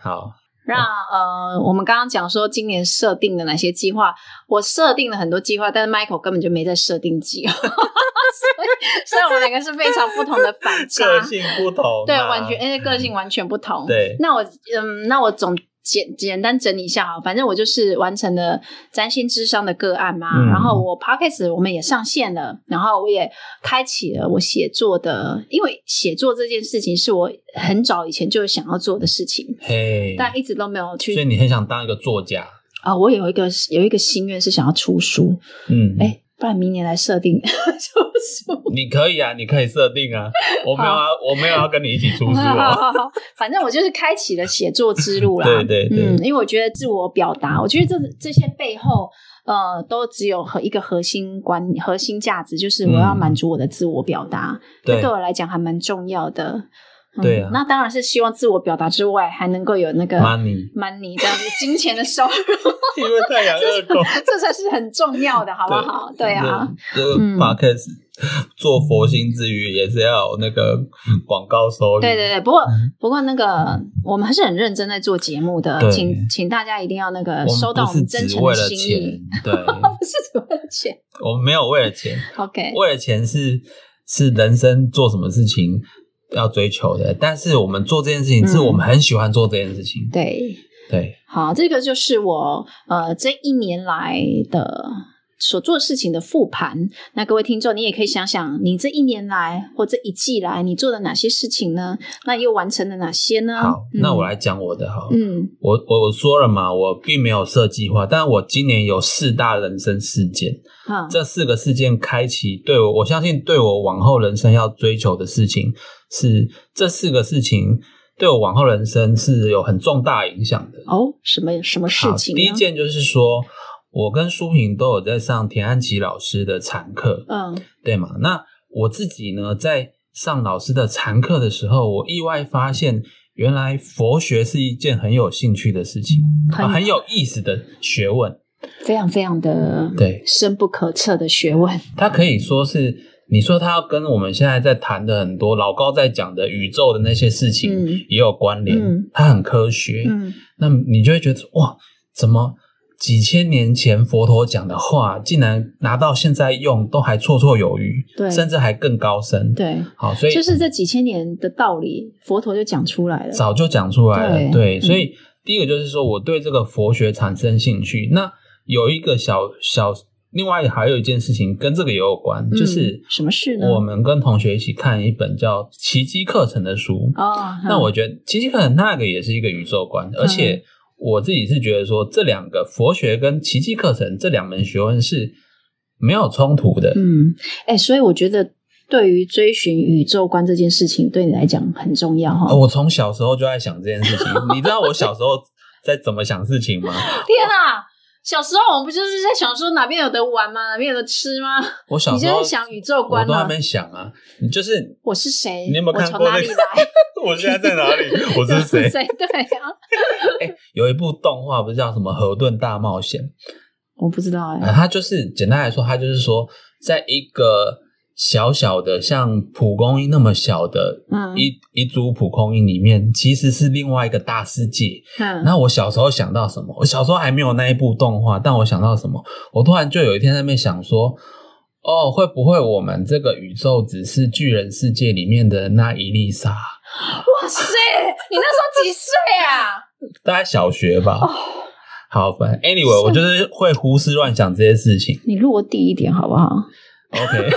[SPEAKER 1] 好，
[SPEAKER 2] 那呃，我们刚刚讲说今年设定的哪些计划，我设定了很多计划，但是 Michael 根本就没在设定计划，所 以所以我们两个是非常不同的反差，
[SPEAKER 1] 个性不同、啊，
[SPEAKER 2] 对，完全，因为个性完全不同。
[SPEAKER 1] 对
[SPEAKER 2] 那我嗯，那我总简简单整理一下哈，反正我就是完成了占星智商的个案嘛，
[SPEAKER 1] 嗯
[SPEAKER 2] 然后我 podcast 我们也上线了，然后我也开启了我写作的，因为写作这件事情是我很早以前就想要做的事情，
[SPEAKER 1] 嘿，
[SPEAKER 2] 但一直都没有去
[SPEAKER 1] 嗯所以你很想当一个作家，
[SPEAKER 2] 啊、我有一个有一个心愿是想要出书，
[SPEAKER 1] 嗯，
[SPEAKER 2] 哎、不然明年来设定 出书。
[SPEAKER 1] 你可以啊，你可以设定 啊，我没有啊，我没有要跟你一起出书
[SPEAKER 2] 好 好
[SPEAKER 1] 哦。
[SPEAKER 2] 好好，反正我就是开启了写作之路啦。
[SPEAKER 1] 对对对
[SPEAKER 2] 嗯，因为我觉得自我表达，我觉得这这些背后，呃，都只有和一个核心观、核心价值，就是我要
[SPEAKER 1] 嗯
[SPEAKER 2] 满足我的自我表达。这、
[SPEAKER 1] 对
[SPEAKER 2] 对我来讲还蛮重要的。嗯、
[SPEAKER 1] 对啊
[SPEAKER 2] 那当然是希望自我表达之外，还能够有那个
[SPEAKER 1] Money，
[SPEAKER 2] money 这样子金钱的收入，
[SPEAKER 1] 因为太阳 二宫，
[SPEAKER 2] 这才是很重要的，好不好？对啊。，
[SPEAKER 1] 这个
[SPEAKER 2] 嗯
[SPEAKER 1] podcast 做佛心之余，也是要有那个广告收入。
[SPEAKER 2] 对对对，不过、
[SPEAKER 1] 嗯
[SPEAKER 2] 不过那个我们还是很认真在做节目的，
[SPEAKER 1] 对
[SPEAKER 2] 请请大家一定要那个
[SPEAKER 1] 我
[SPEAKER 2] 收
[SPEAKER 1] 们
[SPEAKER 2] 到
[SPEAKER 1] 不
[SPEAKER 2] 我
[SPEAKER 1] 是
[SPEAKER 2] 们真
[SPEAKER 1] 只
[SPEAKER 2] 诚
[SPEAKER 1] 为
[SPEAKER 2] 的
[SPEAKER 1] 了
[SPEAKER 2] 心
[SPEAKER 1] 钱
[SPEAKER 2] 意，，
[SPEAKER 1] 对，
[SPEAKER 2] 不是只为了钱。
[SPEAKER 1] 我们没有为了钱，
[SPEAKER 2] OK，
[SPEAKER 1] 为了钱是是人生做什么事情要追求的，但是我们做这件事情
[SPEAKER 2] 嗯
[SPEAKER 1] 是我们很喜欢做这件事情，
[SPEAKER 2] 对，
[SPEAKER 1] 对，
[SPEAKER 2] 好，这个就是我呃这一年来的。所做事情的复盘，那各位听众，你也可以想想，你这一年来或这一季来，你做了哪些事情呢？那又完成了哪些呢？
[SPEAKER 1] 好，那我
[SPEAKER 2] 嗯
[SPEAKER 1] 来讲我的好了，
[SPEAKER 2] 嗯
[SPEAKER 1] 我我我说了嘛，我并没有设计划，但我今年有四大人生事件，
[SPEAKER 2] 啊，
[SPEAKER 1] 这四个事件开启对我，我相信对我往后人生要追求的事情是这四个事情对我往后人生是有很重大影响的。
[SPEAKER 2] 哦，什么什么事
[SPEAKER 1] 好
[SPEAKER 2] 情呢？
[SPEAKER 1] 第一件就是说，我跟舒平都有在上田安琪老师的禅课，
[SPEAKER 2] 嗯
[SPEAKER 1] 对吗？那我自己呢，在上老师的禅课的时候，我意外发现，原来佛学是一件很有兴趣的事情，
[SPEAKER 2] 很
[SPEAKER 1] 啊很有意思的学问。
[SPEAKER 2] 非常非常的
[SPEAKER 1] 对
[SPEAKER 2] 深不可测的学问，
[SPEAKER 1] 它可以说是，你说它要跟我们现在在谈的很多老高在讲的宇宙的那些事情
[SPEAKER 2] 嗯
[SPEAKER 1] 也有关联，
[SPEAKER 2] 嗯
[SPEAKER 1] 它很科学。
[SPEAKER 2] 嗯
[SPEAKER 1] 那么你就会觉得哇，怎么几千年前佛陀讲的话，竟然拿到现在用都还绰绰有余，
[SPEAKER 2] 对
[SPEAKER 1] 甚至还更高深。，
[SPEAKER 2] 对，
[SPEAKER 1] 好，所以
[SPEAKER 2] 就是这几千年的道理，佛陀就讲出来了，
[SPEAKER 1] 早就讲出来了。
[SPEAKER 2] 对嗯
[SPEAKER 1] 所以第一个就是说，我对这个佛学产生兴趣。那有一个小小，另外还有一件事情跟这个也有关，
[SPEAKER 2] 嗯
[SPEAKER 1] 就是
[SPEAKER 2] 什么事呢
[SPEAKER 1] 我们跟同学一起看一本叫《奇迹课程》的书。
[SPEAKER 2] 哦，
[SPEAKER 1] 那我觉得奇迹课程那个也是一个宇宙观，
[SPEAKER 2] 嗯
[SPEAKER 1] 而且我自己是觉得说，这两个佛学跟奇迹课程这两门学问是没有冲突的。
[SPEAKER 2] 嗯，哎、所以我觉得对于追寻宇宙观这件事情，对你来讲很重要哈、
[SPEAKER 1] 哦我从小时候就在想这件事情，你知道我小时候在怎么想事情吗？
[SPEAKER 2] 天啊！小时候我们不就是在想说哪边有得玩吗？哪边有得吃吗？
[SPEAKER 1] 我小
[SPEAKER 2] 你
[SPEAKER 1] 时
[SPEAKER 2] 就
[SPEAKER 1] 候
[SPEAKER 2] 在想宇宙
[SPEAKER 1] 我
[SPEAKER 2] 观
[SPEAKER 1] 都还
[SPEAKER 2] 啊？
[SPEAKER 1] 没想啊，你就是
[SPEAKER 2] 我是谁？
[SPEAKER 1] 你有没有
[SPEAKER 2] 我
[SPEAKER 1] 看
[SPEAKER 2] 从
[SPEAKER 1] 过
[SPEAKER 2] 哪
[SPEAKER 1] 那
[SPEAKER 2] 里
[SPEAKER 1] 个
[SPEAKER 2] 来？
[SPEAKER 1] 我现在在哪里？ 我是谁？
[SPEAKER 2] 谁？对啊，
[SPEAKER 1] 哎，有一部动画不是叫什么《河顿大冒险》？
[SPEAKER 2] 我不知道哎、
[SPEAKER 1] 啊，它就是简单来说，它就是说，在一个小小的像蒲公英那么小的
[SPEAKER 2] 嗯
[SPEAKER 1] 一、一株蒲公英里面，其实是另外一个大世界。
[SPEAKER 2] 嗯
[SPEAKER 1] 那我小时候想到什么？我小时候还没有那一部动画，但我想到什么？我突然就有一天在那边想说，哦，会不会我们这个宇宙只是巨人世界里面的那一粒沙？
[SPEAKER 2] 哇塞，你那时候几岁 啊？
[SPEAKER 1] 大概小学
[SPEAKER 2] 哦
[SPEAKER 1] 吧。好，反正 anyway，我就是会胡思乱想这些事情。
[SPEAKER 2] 你落地一点好不好？
[SPEAKER 1] OK，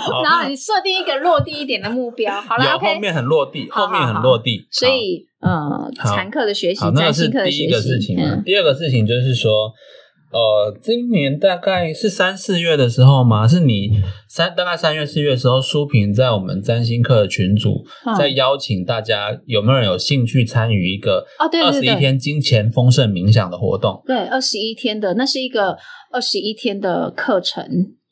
[SPEAKER 1] 好
[SPEAKER 2] 然后你设定一个落地一点的目 标。好了
[SPEAKER 1] 有后
[SPEAKER 2] ，OK。
[SPEAKER 1] 面很落地，
[SPEAKER 2] 好
[SPEAKER 1] 后面
[SPEAKER 2] 好
[SPEAKER 1] 很
[SPEAKER 2] 好
[SPEAKER 1] 落地。
[SPEAKER 2] 所以呃，
[SPEAKER 1] 好
[SPEAKER 2] 禅课的学习
[SPEAKER 1] 好，好，，那
[SPEAKER 2] 占
[SPEAKER 1] 个是
[SPEAKER 2] 星课的
[SPEAKER 1] 第一
[SPEAKER 2] 学
[SPEAKER 1] 个
[SPEAKER 2] 习，
[SPEAKER 1] 事情嘛
[SPEAKER 2] 嗯。
[SPEAKER 1] 第二个事情就是说，呃，今年大概是三四月的时候嘛，是你三大概三月四月的时候，书评在我们占星课的群组
[SPEAKER 2] 嗯
[SPEAKER 1] 在邀请大家有没有人有兴趣参与一个
[SPEAKER 2] 哦对对
[SPEAKER 1] 二十
[SPEAKER 2] 对
[SPEAKER 1] 一天金钱丰盛冥想的活动。
[SPEAKER 2] 对，二十一天的，那是一个二十一天的课程，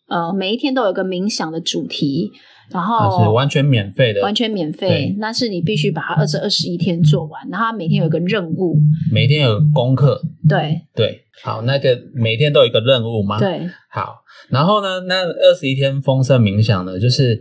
[SPEAKER 2] 呃，每一天都有一个冥想的主题，然
[SPEAKER 1] 啊，
[SPEAKER 2] 后
[SPEAKER 1] 是完全免费的，
[SPEAKER 2] 哦完全免费
[SPEAKER 1] 对，
[SPEAKER 2] 那是你必须把它二十二十一天做完，然后它每天有一个任务，
[SPEAKER 1] 每天有功课，
[SPEAKER 2] 对
[SPEAKER 1] 对，好，那个每天都有一个任务吗？，
[SPEAKER 2] 对，
[SPEAKER 1] 好，然后呢，那二十一天丰盛冥想呢，就是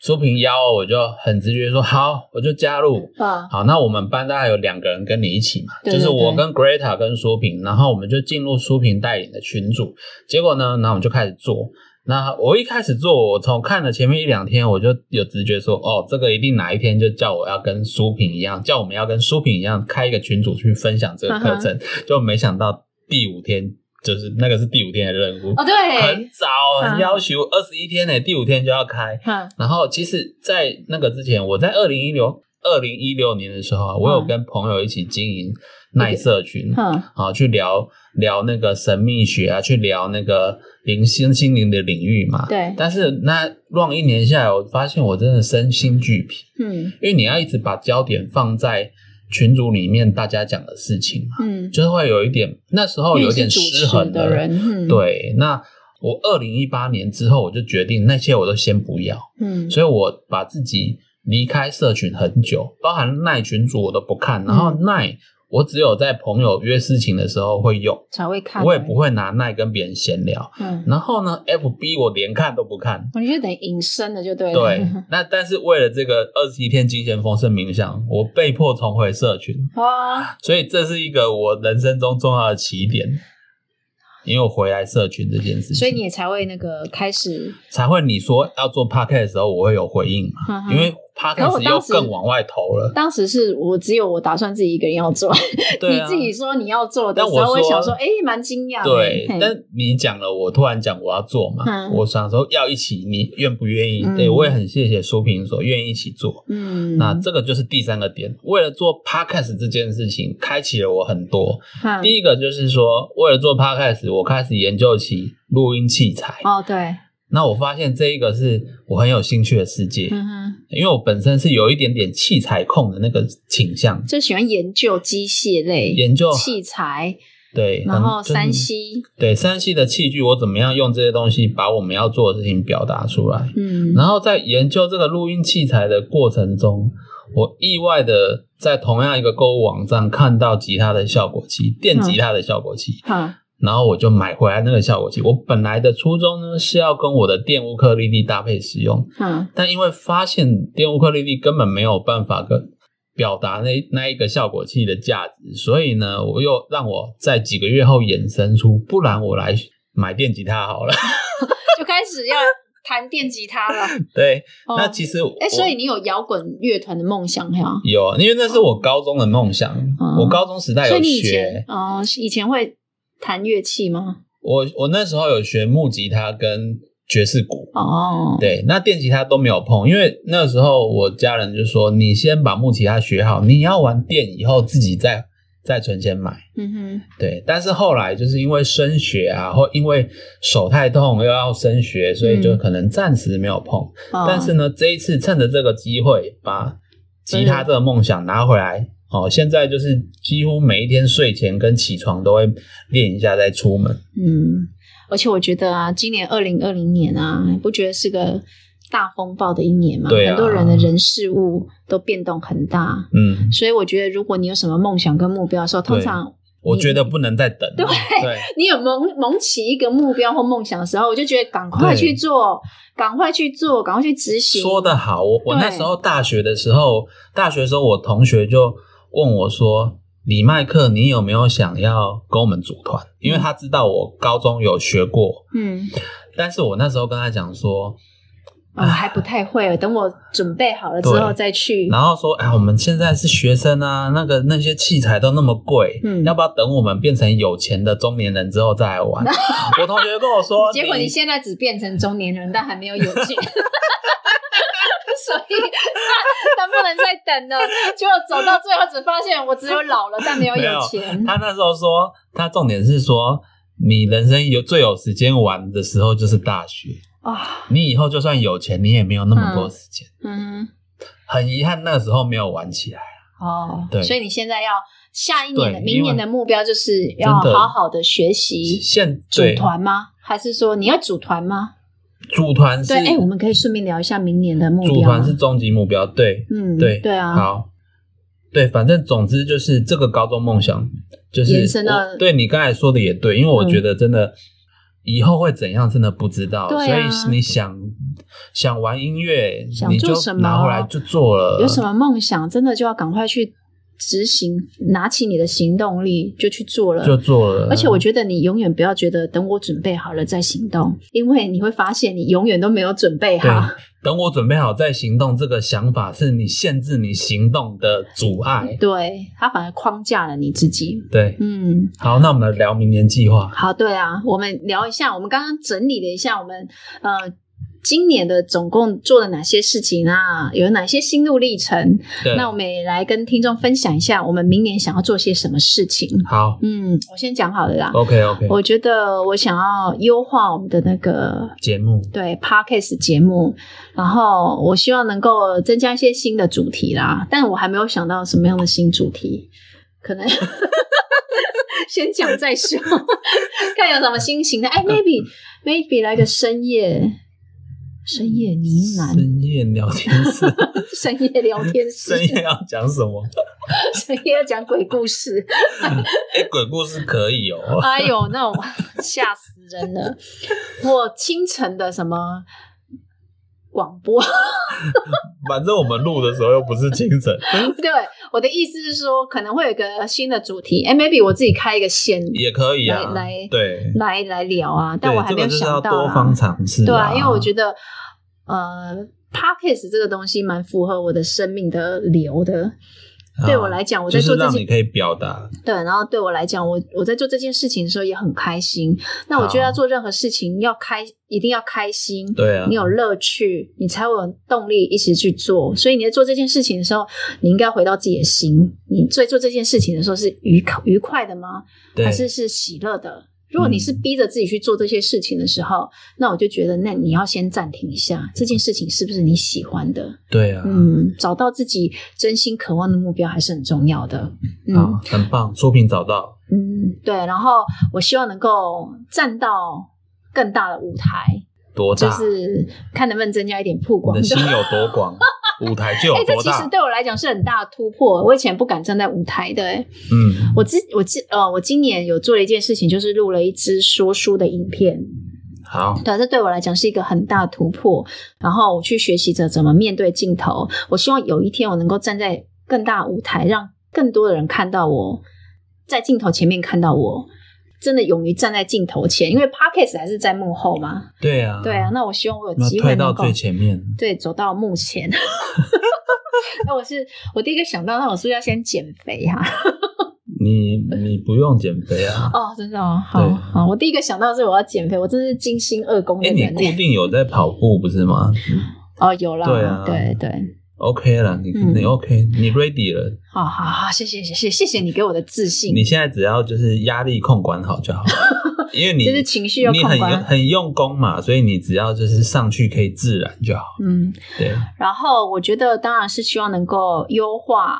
[SPEAKER 1] 书评邀我就很直觉说好，我就加入。
[SPEAKER 2] 啊，
[SPEAKER 1] 好，那我们班大概有两个人跟你一起嘛，
[SPEAKER 2] 对对
[SPEAKER 1] 就是我
[SPEAKER 2] 对
[SPEAKER 1] 跟 Greta 跟书评，然后我们就进入书评带领的群组。结果呢，然后我们就开始做。那我一开始做，我从看了前面一两天，我就有直觉说，哦，这个一定哪一天就叫我要跟书评一样，叫我们要跟书评一样开一个群组去分享这个课 程。就没想到第五天，就是那个是第五天的任务，
[SPEAKER 2] 哦
[SPEAKER 1] 很
[SPEAKER 2] 对，
[SPEAKER 1] 早，很要求二十一天呢，第五天就要开。
[SPEAKER 2] 嗯
[SPEAKER 1] 然后其实，在那个之前，我在二零一六二零一六年的时候啊，我有
[SPEAKER 2] 嗯
[SPEAKER 1] 跟朋友一起经营耐社群，
[SPEAKER 2] 嗯
[SPEAKER 1] 啊，去聊聊那个神秘学啊，去聊那个灵心心灵的领域嘛。
[SPEAKER 2] 对
[SPEAKER 1] 但是那 run 一年下来，我发现我真的身心俱疲，
[SPEAKER 2] 嗯
[SPEAKER 1] 因为你要一直把焦点放在群组里面大家讲的事情嘛，
[SPEAKER 2] 嗯，
[SPEAKER 1] 就是会有一点那时候
[SPEAKER 2] 因为
[SPEAKER 1] 哦有一
[SPEAKER 2] 你是
[SPEAKER 1] 点
[SPEAKER 2] 主
[SPEAKER 1] 失
[SPEAKER 2] 持
[SPEAKER 1] 衡
[SPEAKER 2] 的人，嗯，，
[SPEAKER 1] 对，那我二零一八年之后，我就决定那些我都先不要。
[SPEAKER 2] 嗯
[SPEAKER 1] 所以我把自己离开社群很久，包含耐群组我都不看，然后
[SPEAKER 2] 嗯
[SPEAKER 1] 耐我只有在朋友约事情的时候会用，
[SPEAKER 2] 才会看，
[SPEAKER 1] 我也不，会拿耐跟别人闲聊。
[SPEAKER 2] 嗯，
[SPEAKER 1] 然后呢，FB 我连看都不看。
[SPEAKER 2] 我哦觉得等于隐身的就对了，
[SPEAKER 1] 对，那但是为了这个二十一天金钱丰盛冥想，我被迫重回社群，
[SPEAKER 2] 哇，
[SPEAKER 1] 所以这是一个我人生中重要的起点，因为我回来社群这件事情，
[SPEAKER 2] 所以你也才会那个开始，
[SPEAKER 1] 才会你说要做 podcast 的时候，我会有回应嘛，
[SPEAKER 2] 嗯哼
[SPEAKER 1] 啊因为
[SPEAKER 2] 我
[SPEAKER 1] podcast
[SPEAKER 2] 当
[SPEAKER 1] 又
[SPEAKER 2] 时
[SPEAKER 1] 更往外投 了，
[SPEAKER 2] 当时是我只有我打算自己一个人要做，
[SPEAKER 1] 对啊
[SPEAKER 2] 你自己说你要做的
[SPEAKER 1] 但
[SPEAKER 2] 时
[SPEAKER 1] 我
[SPEAKER 2] 候，我也
[SPEAKER 1] 说
[SPEAKER 2] 想说，哎、蛮惊讶的。
[SPEAKER 1] 对
[SPEAKER 2] 嘿，
[SPEAKER 1] 但你讲了，我突然讲我要做嘛，
[SPEAKER 2] 嗯
[SPEAKER 1] 我想说要一起，你愿不愿意？
[SPEAKER 2] 嗯
[SPEAKER 1] 对我也很谢谢苏萍说愿意一起做。
[SPEAKER 2] 嗯，
[SPEAKER 1] 那这个就是第三个点，为了做 podcast 这件事情，开启了我很多。
[SPEAKER 2] 嗯
[SPEAKER 1] 第一个就是说，为了做 podcast，我开始研究起录音器材。
[SPEAKER 2] 哦，对，
[SPEAKER 1] 那我发现这一个是我很有兴趣的世界，
[SPEAKER 2] 嗯哼，
[SPEAKER 1] 因为我本身是有一点点器材控的那个倾向，
[SPEAKER 2] 就喜欢研究机械类
[SPEAKER 1] 研究
[SPEAKER 2] 器材，
[SPEAKER 1] 对，
[SPEAKER 2] 然后
[SPEAKER 1] 嗯就是
[SPEAKER 2] 山西，
[SPEAKER 1] 对山西的器具，我怎么样用这些东西把我们要做的事情表达出来？
[SPEAKER 2] 嗯，
[SPEAKER 1] 然后在研究这个录音器材的过程中，我意外的在同样一个购物网站看到吉他的效果器，电吉他的效果器，
[SPEAKER 2] 好，
[SPEAKER 1] 然后我就买回来那个效果器。我本来的初衷呢是要跟我的电乌克丽丽搭配使用，
[SPEAKER 2] 嗯，
[SPEAKER 1] 但因为发现电乌克丽丽根本没有办法跟表达那那一个效果器的价值，所以呢，我又让我在几个月后衍生出，不然我来买电吉他好了。
[SPEAKER 2] 就开始要弹电吉他了。
[SPEAKER 1] 对，
[SPEAKER 2] 哦
[SPEAKER 1] 那其实
[SPEAKER 2] 哎，
[SPEAKER 1] 我
[SPEAKER 2] 所以你有摇滚乐团的梦想呀？
[SPEAKER 1] 有，啊因为那是我高中的梦想。
[SPEAKER 2] 嗯
[SPEAKER 1] 我高中时代
[SPEAKER 2] 所以
[SPEAKER 1] 有
[SPEAKER 2] 你以
[SPEAKER 1] 学
[SPEAKER 2] 前，哦，以前会弹乐器吗？
[SPEAKER 1] 我我那时候有学木吉他跟爵士鼓。
[SPEAKER 2] 哦，，
[SPEAKER 1] 对，那电吉他都没有碰，因为那时候我家人就说：“你先把木吉他学好，你要玩电以后自己再再存钱买。”
[SPEAKER 2] 嗯哼，
[SPEAKER 1] 对，但是后来就是因为升学啊，或因为手太痛又要升学，所以就
[SPEAKER 2] 嗯
[SPEAKER 1] 可能暂时没有碰。
[SPEAKER 2] 哦
[SPEAKER 1] 但是呢，这一次趁着这个机会，把吉他这个梦想拿回来。哦，现在就是几乎每一天睡前跟起床都会练一下再出门。
[SPEAKER 2] 嗯，而且我觉得啊，今年二零二零年啊，你不觉得是个大风暴的一年吗？
[SPEAKER 1] 对啊
[SPEAKER 2] 很多人的人事物都变动很大，
[SPEAKER 1] 嗯，
[SPEAKER 2] 所以我觉得如果你有什么梦想跟目标的时候，通常
[SPEAKER 1] 我觉得不能再等了。
[SPEAKER 2] 对
[SPEAKER 1] 对
[SPEAKER 2] 你有萌萌起一个目标或梦想的时候，我就觉得赶快
[SPEAKER 1] 对
[SPEAKER 2] 去做，赶快去做，赶快去执行。
[SPEAKER 1] 说的好，我我
[SPEAKER 2] 对
[SPEAKER 1] 那时候大学的时候，大学的时候我同学就问我说：“李麦克，你有没有想要跟我们组团？”因为他知道我高中有学过，
[SPEAKER 2] 嗯，
[SPEAKER 1] 但是我那时候跟他讲说，
[SPEAKER 2] 哦，还不太会，等我准备好了之后
[SPEAKER 1] 对
[SPEAKER 2] 再去。
[SPEAKER 1] 然后说：“哎，我们现在是学生啊，那个那些器材都那么贵，
[SPEAKER 2] 嗯
[SPEAKER 1] 要不要等我们变成有钱的中年人之后再来 玩？”我同学跟我说：“
[SPEAKER 2] 结果你现在只变成中年人，但还没有 有钱，所以但但不能再等了。结果走到最后，只发现我只有老了，但没有
[SPEAKER 1] 没有
[SPEAKER 2] 有钱。
[SPEAKER 1] 他那时候说，他重点是说，你人生有最有时间玩的时候就是大学。”
[SPEAKER 2] 啊、
[SPEAKER 1] 你以后就算有钱，你也没有那么多时间。
[SPEAKER 2] 嗯，
[SPEAKER 1] 很遗憾，那时候没有玩起来。
[SPEAKER 2] 哦，
[SPEAKER 1] 对
[SPEAKER 2] 所以你现在要下一年的、
[SPEAKER 1] 对
[SPEAKER 2] 明年的目标就是要
[SPEAKER 1] 真的
[SPEAKER 2] 好好的学习
[SPEAKER 1] 现
[SPEAKER 2] 组
[SPEAKER 1] 对
[SPEAKER 2] 团吗？还是说你要组团吗？
[SPEAKER 1] 组团是
[SPEAKER 2] 对，哎、我们可以顺便聊一下明年的目标。啊
[SPEAKER 1] 组团是，终极目标，对
[SPEAKER 2] 嗯，
[SPEAKER 1] 对
[SPEAKER 2] 对啊，
[SPEAKER 1] 好，对，反正总之就是这个高中梦想，就是
[SPEAKER 2] 延伸到嗯
[SPEAKER 1] 我对你刚才说的也对，因为我觉得真的。以后会怎样，真的不知道。
[SPEAKER 2] 对
[SPEAKER 1] 所
[SPEAKER 2] 啊
[SPEAKER 1] 以你想想玩音乐，
[SPEAKER 2] 想
[SPEAKER 1] 你
[SPEAKER 2] 做
[SPEAKER 1] 就
[SPEAKER 2] 什么
[SPEAKER 1] 拿回来就做了。
[SPEAKER 2] 有什么梦想，真的就要赶快去执行，拿起你的行动力就去做了。
[SPEAKER 1] 就做了。
[SPEAKER 2] 而且我觉得你永远不要觉得等我准备好了再行动，因为你会发现你永远都没有准备
[SPEAKER 1] 对
[SPEAKER 2] 好。，
[SPEAKER 1] 等我准备好再行动，这个想法是你限制你行动的阻
[SPEAKER 2] 嗯
[SPEAKER 1] 碍。
[SPEAKER 2] 对，它反而框架了你自己。
[SPEAKER 1] 对，
[SPEAKER 2] 嗯，
[SPEAKER 1] 好，那我们来聊明年计划。
[SPEAKER 2] 好，对啊，我们聊一下，我们刚刚整理了一下我们呃今年的总共做了哪些事情啊，有哪些心路历程。
[SPEAKER 1] 对，
[SPEAKER 2] 那我们也来跟听众分享一下，我们明年想要做些什么事情。
[SPEAKER 1] 好
[SPEAKER 2] 嗯，我先讲好了啦。
[SPEAKER 1] ，OK OK，
[SPEAKER 2] 我觉得我想要优化我们的那个
[SPEAKER 1] 节目
[SPEAKER 2] 对 podcast 节目，然后我希望能够增加一些新的主题啦，但我还没有想到什么样的新主题，可能 先讲再说， 看有什么新型的。哎，maybe maybe 来个深夜深夜呢 喃、
[SPEAKER 1] 深夜聊天 室，
[SPEAKER 2] 深夜聊天室、
[SPEAKER 1] 深夜要讲什么？
[SPEAKER 2] 深夜要讲鬼故事。
[SPEAKER 1] 哎，鬼故事可以 哦。
[SPEAKER 2] 哎呦，那种吓死人了！或清晨的什么广播，
[SPEAKER 1] 反正我们录的时候又不是清晨，
[SPEAKER 2] 对我的意思是说，可能会有一个新的主题，哎，maybe 我自己开一个线
[SPEAKER 1] 也可以啊
[SPEAKER 2] 来来。
[SPEAKER 1] 对，
[SPEAKER 2] 来来聊啊，但
[SPEAKER 1] 对
[SPEAKER 2] 我还
[SPEAKER 1] 这
[SPEAKER 2] 没
[SPEAKER 1] 个
[SPEAKER 2] 有
[SPEAKER 1] 就是
[SPEAKER 2] 想
[SPEAKER 1] 要
[SPEAKER 2] 到
[SPEAKER 1] 多
[SPEAKER 2] 啦
[SPEAKER 1] 方尝试。
[SPEAKER 2] 对
[SPEAKER 1] 啊，
[SPEAKER 2] 因为我觉得呃，podcast 这个东西蛮符合我的生命的流的。
[SPEAKER 1] 啊
[SPEAKER 2] 对我来讲，我在
[SPEAKER 1] 就是
[SPEAKER 2] 做这
[SPEAKER 1] 让
[SPEAKER 2] 件
[SPEAKER 1] 你可以表达，
[SPEAKER 2] 对，然后对我来讲，我我在做这件事情的时候也很开心。那我觉得
[SPEAKER 1] 好
[SPEAKER 2] 要做任何事情，要开一定要开心，
[SPEAKER 1] 对啊
[SPEAKER 2] 呃你有乐趣，你才会有动力一起去做。所以你在做这件事情的时候，你应该回到自己的心。你在做这件事情的时候是愉愉快的吗？
[SPEAKER 1] 对嗯
[SPEAKER 2] 还是是喜乐的？如果你是逼着自己去做这些事情的时候，那我就觉得，那你要先暂停一下，这件事情是不是你喜欢的？
[SPEAKER 1] 对啊，
[SPEAKER 2] 嗯，找到自己真心渴望的目标还是很重要的。嗯
[SPEAKER 1] 啊，很棒，作品找到，
[SPEAKER 2] 嗯，对。然后我希望能够站到更大的舞台，
[SPEAKER 1] 多
[SPEAKER 2] 就
[SPEAKER 1] 大？
[SPEAKER 2] 是看能不能增加一点曝
[SPEAKER 1] 你
[SPEAKER 2] 光
[SPEAKER 1] 啊的。心有多 广，舞台就
[SPEAKER 2] 哎、
[SPEAKER 1] 有
[SPEAKER 2] 这
[SPEAKER 1] 多
[SPEAKER 2] 其
[SPEAKER 1] 大
[SPEAKER 2] 实。对我来讲是很大的突破。我以前不敢站在舞台的、哎
[SPEAKER 1] 嗯，
[SPEAKER 2] 我之我今呃，我今年有做了一件事情，就是录了一支说书的影片。
[SPEAKER 1] 好，
[SPEAKER 2] 对，啊这对我来讲是一个很大的突破。然后我去学习着怎么面对镜头。我希望有一天我能够站在更大舞台，让更多的人看到我，在镜头前面看到我。真的勇于站在镜头前，因为 podcast 还是在幕后嘛。
[SPEAKER 1] 对啊，
[SPEAKER 2] 对啊，那我希望我有
[SPEAKER 1] 那
[SPEAKER 2] 机会
[SPEAKER 1] 退到
[SPEAKER 2] 能够
[SPEAKER 1] 最前面，
[SPEAKER 2] 对走到幕前。 那我是我第一个想到，那我是不是要先减肥哈、
[SPEAKER 1] 你你不用减肥啊。
[SPEAKER 2] 哦，真的哦，好
[SPEAKER 1] 对
[SPEAKER 2] 好，我第一个想到是我要减肥，我真是精心二公
[SPEAKER 1] 哎，
[SPEAKER 2] 的
[SPEAKER 1] 你
[SPEAKER 2] 人
[SPEAKER 1] 固
[SPEAKER 2] 欸。
[SPEAKER 1] 定有在跑步不是吗
[SPEAKER 2] 哦，有啦，
[SPEAKER 1] 对啊
[SPEAKER 2] 对对，
[SPEAKER 1] ？OK 了，你
[SPEAKER 2] 嗯
[SPEAKER 1] 你 OK，你 ready 了，
[SPEAKER 2] 好好好，谢谢谢谢谢谢你给我的自信，
[SPEAKER 1] 你现在只要就是压力控管好 就好，因为你
[SPEAKER 2] 就是情绪要
[SPEAKER 1] 你
[SPEAKER 2] 控
[SPEAKER 1] 很用
[SPEAKER 2] 管。
[SPEAKER 1] 很用功嘛，所以你只要就是上去可以自然就好。
[SPEAKER 2] 嗯，
[SPEAKER 1] 对，
[SPEAKER 2] 然后我觉得当然是希望能够优化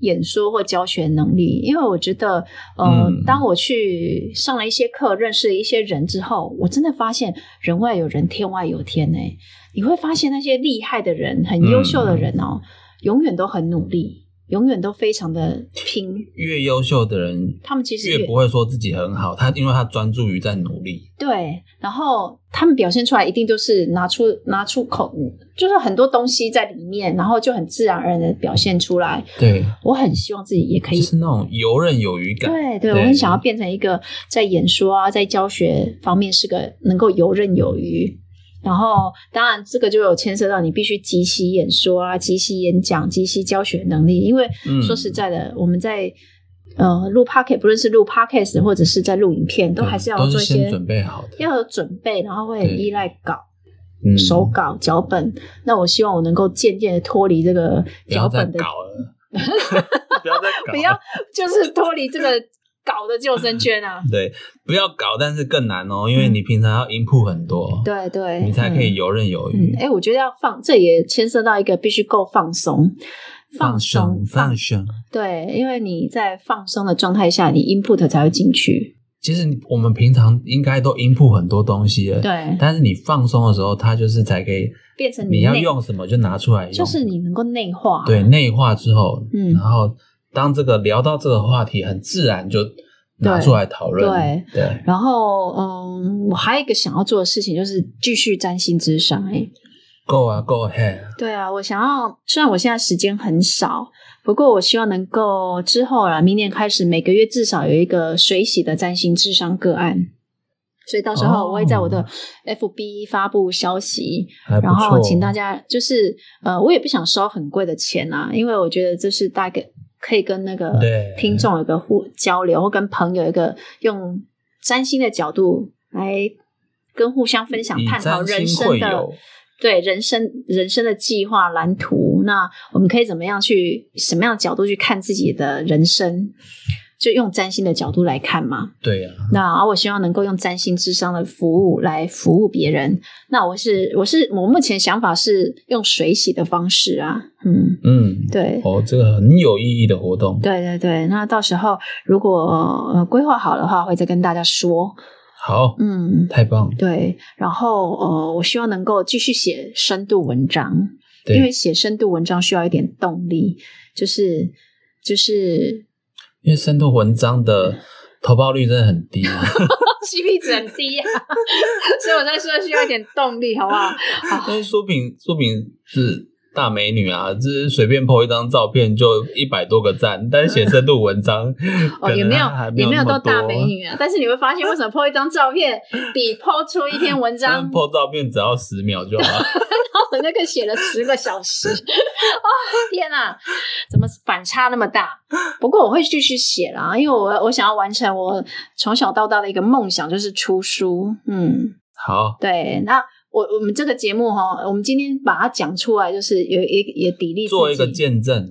[SPEAKER 2] 演说或教学能力，因为我觉得，呃，
[SPEAKER 1] 嗯
[SPEAKER 2] 当我去上了一些课，认识了一些人之后，我真的发现人外有人，天外有天呢、欸你会发现那些厉害的人、很优秀的
[SPEAKER 1] 嗯
[SPEAKER 2] 人哦，永远都很努力，永远都非常的拼。
[SPEAKER 1] 越优秀的人
[SPEAKER 2] 他们其实
[SPEAKER 1] 越不会说自己很好，他因为他专注于在努力。
[SPEAKER 2] 对，然后他们表现出来一定就是拿出拿出口，就是很多东西在里面，然后就很自然而然的表现出来。
[SPEAKER 1] 对，
[SPEAKER 2] 我很希望自己也可以
[SPEAKER 1] 就是那种游刃有余感。
[SPEAKER 2] 对
[SPEAKER 1] 对
[SPEAKER 2] 对，
[SPEAKER 1] 嗯
[SPEAKER 2] 我很想要变成一个在演说啊，在教学方面是个能够游刃有余。然后，当然这个就有牵涉到你必须即席演说啊、即席演讲、即席教学能力。因为
[SPEAKER 1] 嗯
[SPEAKER 2] 说实在的，我们在呃录 p o c k e t 不论是录 podcast 或者是在录影片，都还是要
[SPEAKER 1] 嗯都
[SPEAKER 2] 做一
[SPEAKER 1] 是
[SPEAKER 2] 些
[SPEAKER 1] 先准备好的，
[SPEAKER 2] 要有准备，然后会很
[SPEAKER 1] 对
[SPEAKER 2] 依赖稿。
[SPEAKER 1] 嗯
[SPEAKER 2] 手稿、脚本，那我希望我能够渐渐的脱离这个
[SPEAKER 1] 不
[SPEAKER 2] 脚
[SPEAKER 1] 要再
[SPEAKER 2] 本的，
[SPEAKER 1] 搞 了， 不要再搞，！
[SPEAKER 2] 不 要就是脱离这个稿的救生圈啊
[SPEAKER 1] 对，不要搞，但是更难哦，因为
[SPEAKER 2] 嗯
[SPEAKER 1] 你平常要 input 很多，
[SPEAKER 2] 对对，
[SPEAKER 1] 你才可以游刃有
[SPEAKER 2] 嗯。
[SPEAKER 1] 余
[SPEAKER 2] 嗯，。哎、我觉得要放，这也牵涉到一个必须够放松，
[SPEAKER 1] 放松，，
[SPEAKER 2] 松
[SPEAKER 1] 放松。
[SPEAKER 2] 对，因为你在放松的状态下，你 input 才会进去。
[SPEAKER 1] 其实我们平常应该都 input 很多东西了，
[SPEAKER 2] 对，
[SPEAKER 1] 但是你放松的时候，它就是才可以，
[SPEAKER 2] 变成
[SPEAKER 1] 你要
[SPEAKER 2] 内，
[SPEAKER 1] 用什么就拿出来用，
[SPEAKER 2] 就是你能够内化。
[SPEAKER 1] 对内化之后，
[SPEAKER 2] 嗯
[SPEAKER 1] 然后当这个聊到这个话题，很自然就拿出来讨论，对对
[SPEAKER 2] 然后，嗯，我还有一个想要做的事情，就是继续占星之上、哎，
[SPEAKER 1] ，Go 啊，Go ahead，
[SPEAKER 2] 对啊，我想要，虽然我现在时间很少，不过我希望能够之后啊，明年开始每个月至少有一个水洗的占星智商个案，所以到时候
[SPEAKER 1] 哦
[SPEAKER 2] 我会在我的 FB 发布消息，
[SPEAKER 1] 还不
[SPEAKER 2] 然后
[SPEAKER 1] 错，哦
[SPEAKER 2] 请大家就是呃，我也不想收很贵的钱啊，因为我觉得这是大概可以跟那个
[SPEAKER 1] 对
[SPEAKER 2] 听众有个互交流，或跟朋友一个用占星的角度来跟互相分享
[SPEAKER 1] 以
[SPEAKER 2] 探讨
[SPEAKER 1] 占
[SPEAKER 2] 人
[SPEAKER 1] 星
[SPEAKER 2] 生
[SPEAKER 1] 会
[SPEAKER 2] 的
[SPEAKER 1] 友。
[SPEAKER 2] 对人生人生的计划蓝图，那我们可以怎么样去什么样的角度去看自己的人生？就用占星的角度来看嘛。
[SPEAKER 1] 对啊，
[SPEAKER 2] 那我希望能够用占星智商的服务来服务别人。那我是我是我目前想法是用水洗的方式啊，嗯，
[SPEAKER 1] 嗯，
[SPEAKER 2] 对。
[SPEAKER 1] 哦，这个很有意义的活动，
[SPEAKER 2] 对对对，那到时候如果呃规划好的话，会再跟大家说。
[SPEAKER 1] 好，
[SPEAKER 2] 嗯，
[SPEAKER 1] 太棒了，
[SPEAKER 2] 对，然后呃，我希望能够继续写深度文章，
[SPEAKER 1] 对
[SPEAKER 2] 因为写深度文章需要一点动力，就是就是
[SPEAKER 1] 因为深度文章的投报率真的很低啊，
[SPEAKER 2] CP 值很低呀、 所以我在说需要一点动力，好不好？
[SPEAKER 1] 但是苏品苏品是大美女啊，就是随便 po 一张照片就一百多个赞，但是写深度文 章可
[SPEAKER 2] 哦，
[SPEAKER 1] 能
[SPEAKER 2] 也没有
[SPEAKER 1] 还
[SPEAKER 2] 也没
[SPEAKER 1] 有
[SPEAKER 2] 有
[SPEAKER 1] 那么
[SPEAKER 2] 到大
[SPEAKER 1] 多
[SPEAKER 2] 美，女 啊，但是你会发现，为什么 po 一张照片比 po 出一篇文
[SPEAKER 1] 但
[SPEAKER 2] 章
[SPEAKER 1] 是 po 照片只要十秒就好。
[SPEAKER 2] 我那个写了十个 小时，哦天哪，怎么反差那么大？不过我会继续写啦，因为我我想要完成我从小到大的一个梦想，就是出书。嗯，
[SPEAKER 1] 好，
[SPEAKER 2] 对，那我我们这个节目哈，我们今天把它讲出来，就是也也也砥砺自己
[SPEAKER 1] 做一个见 证，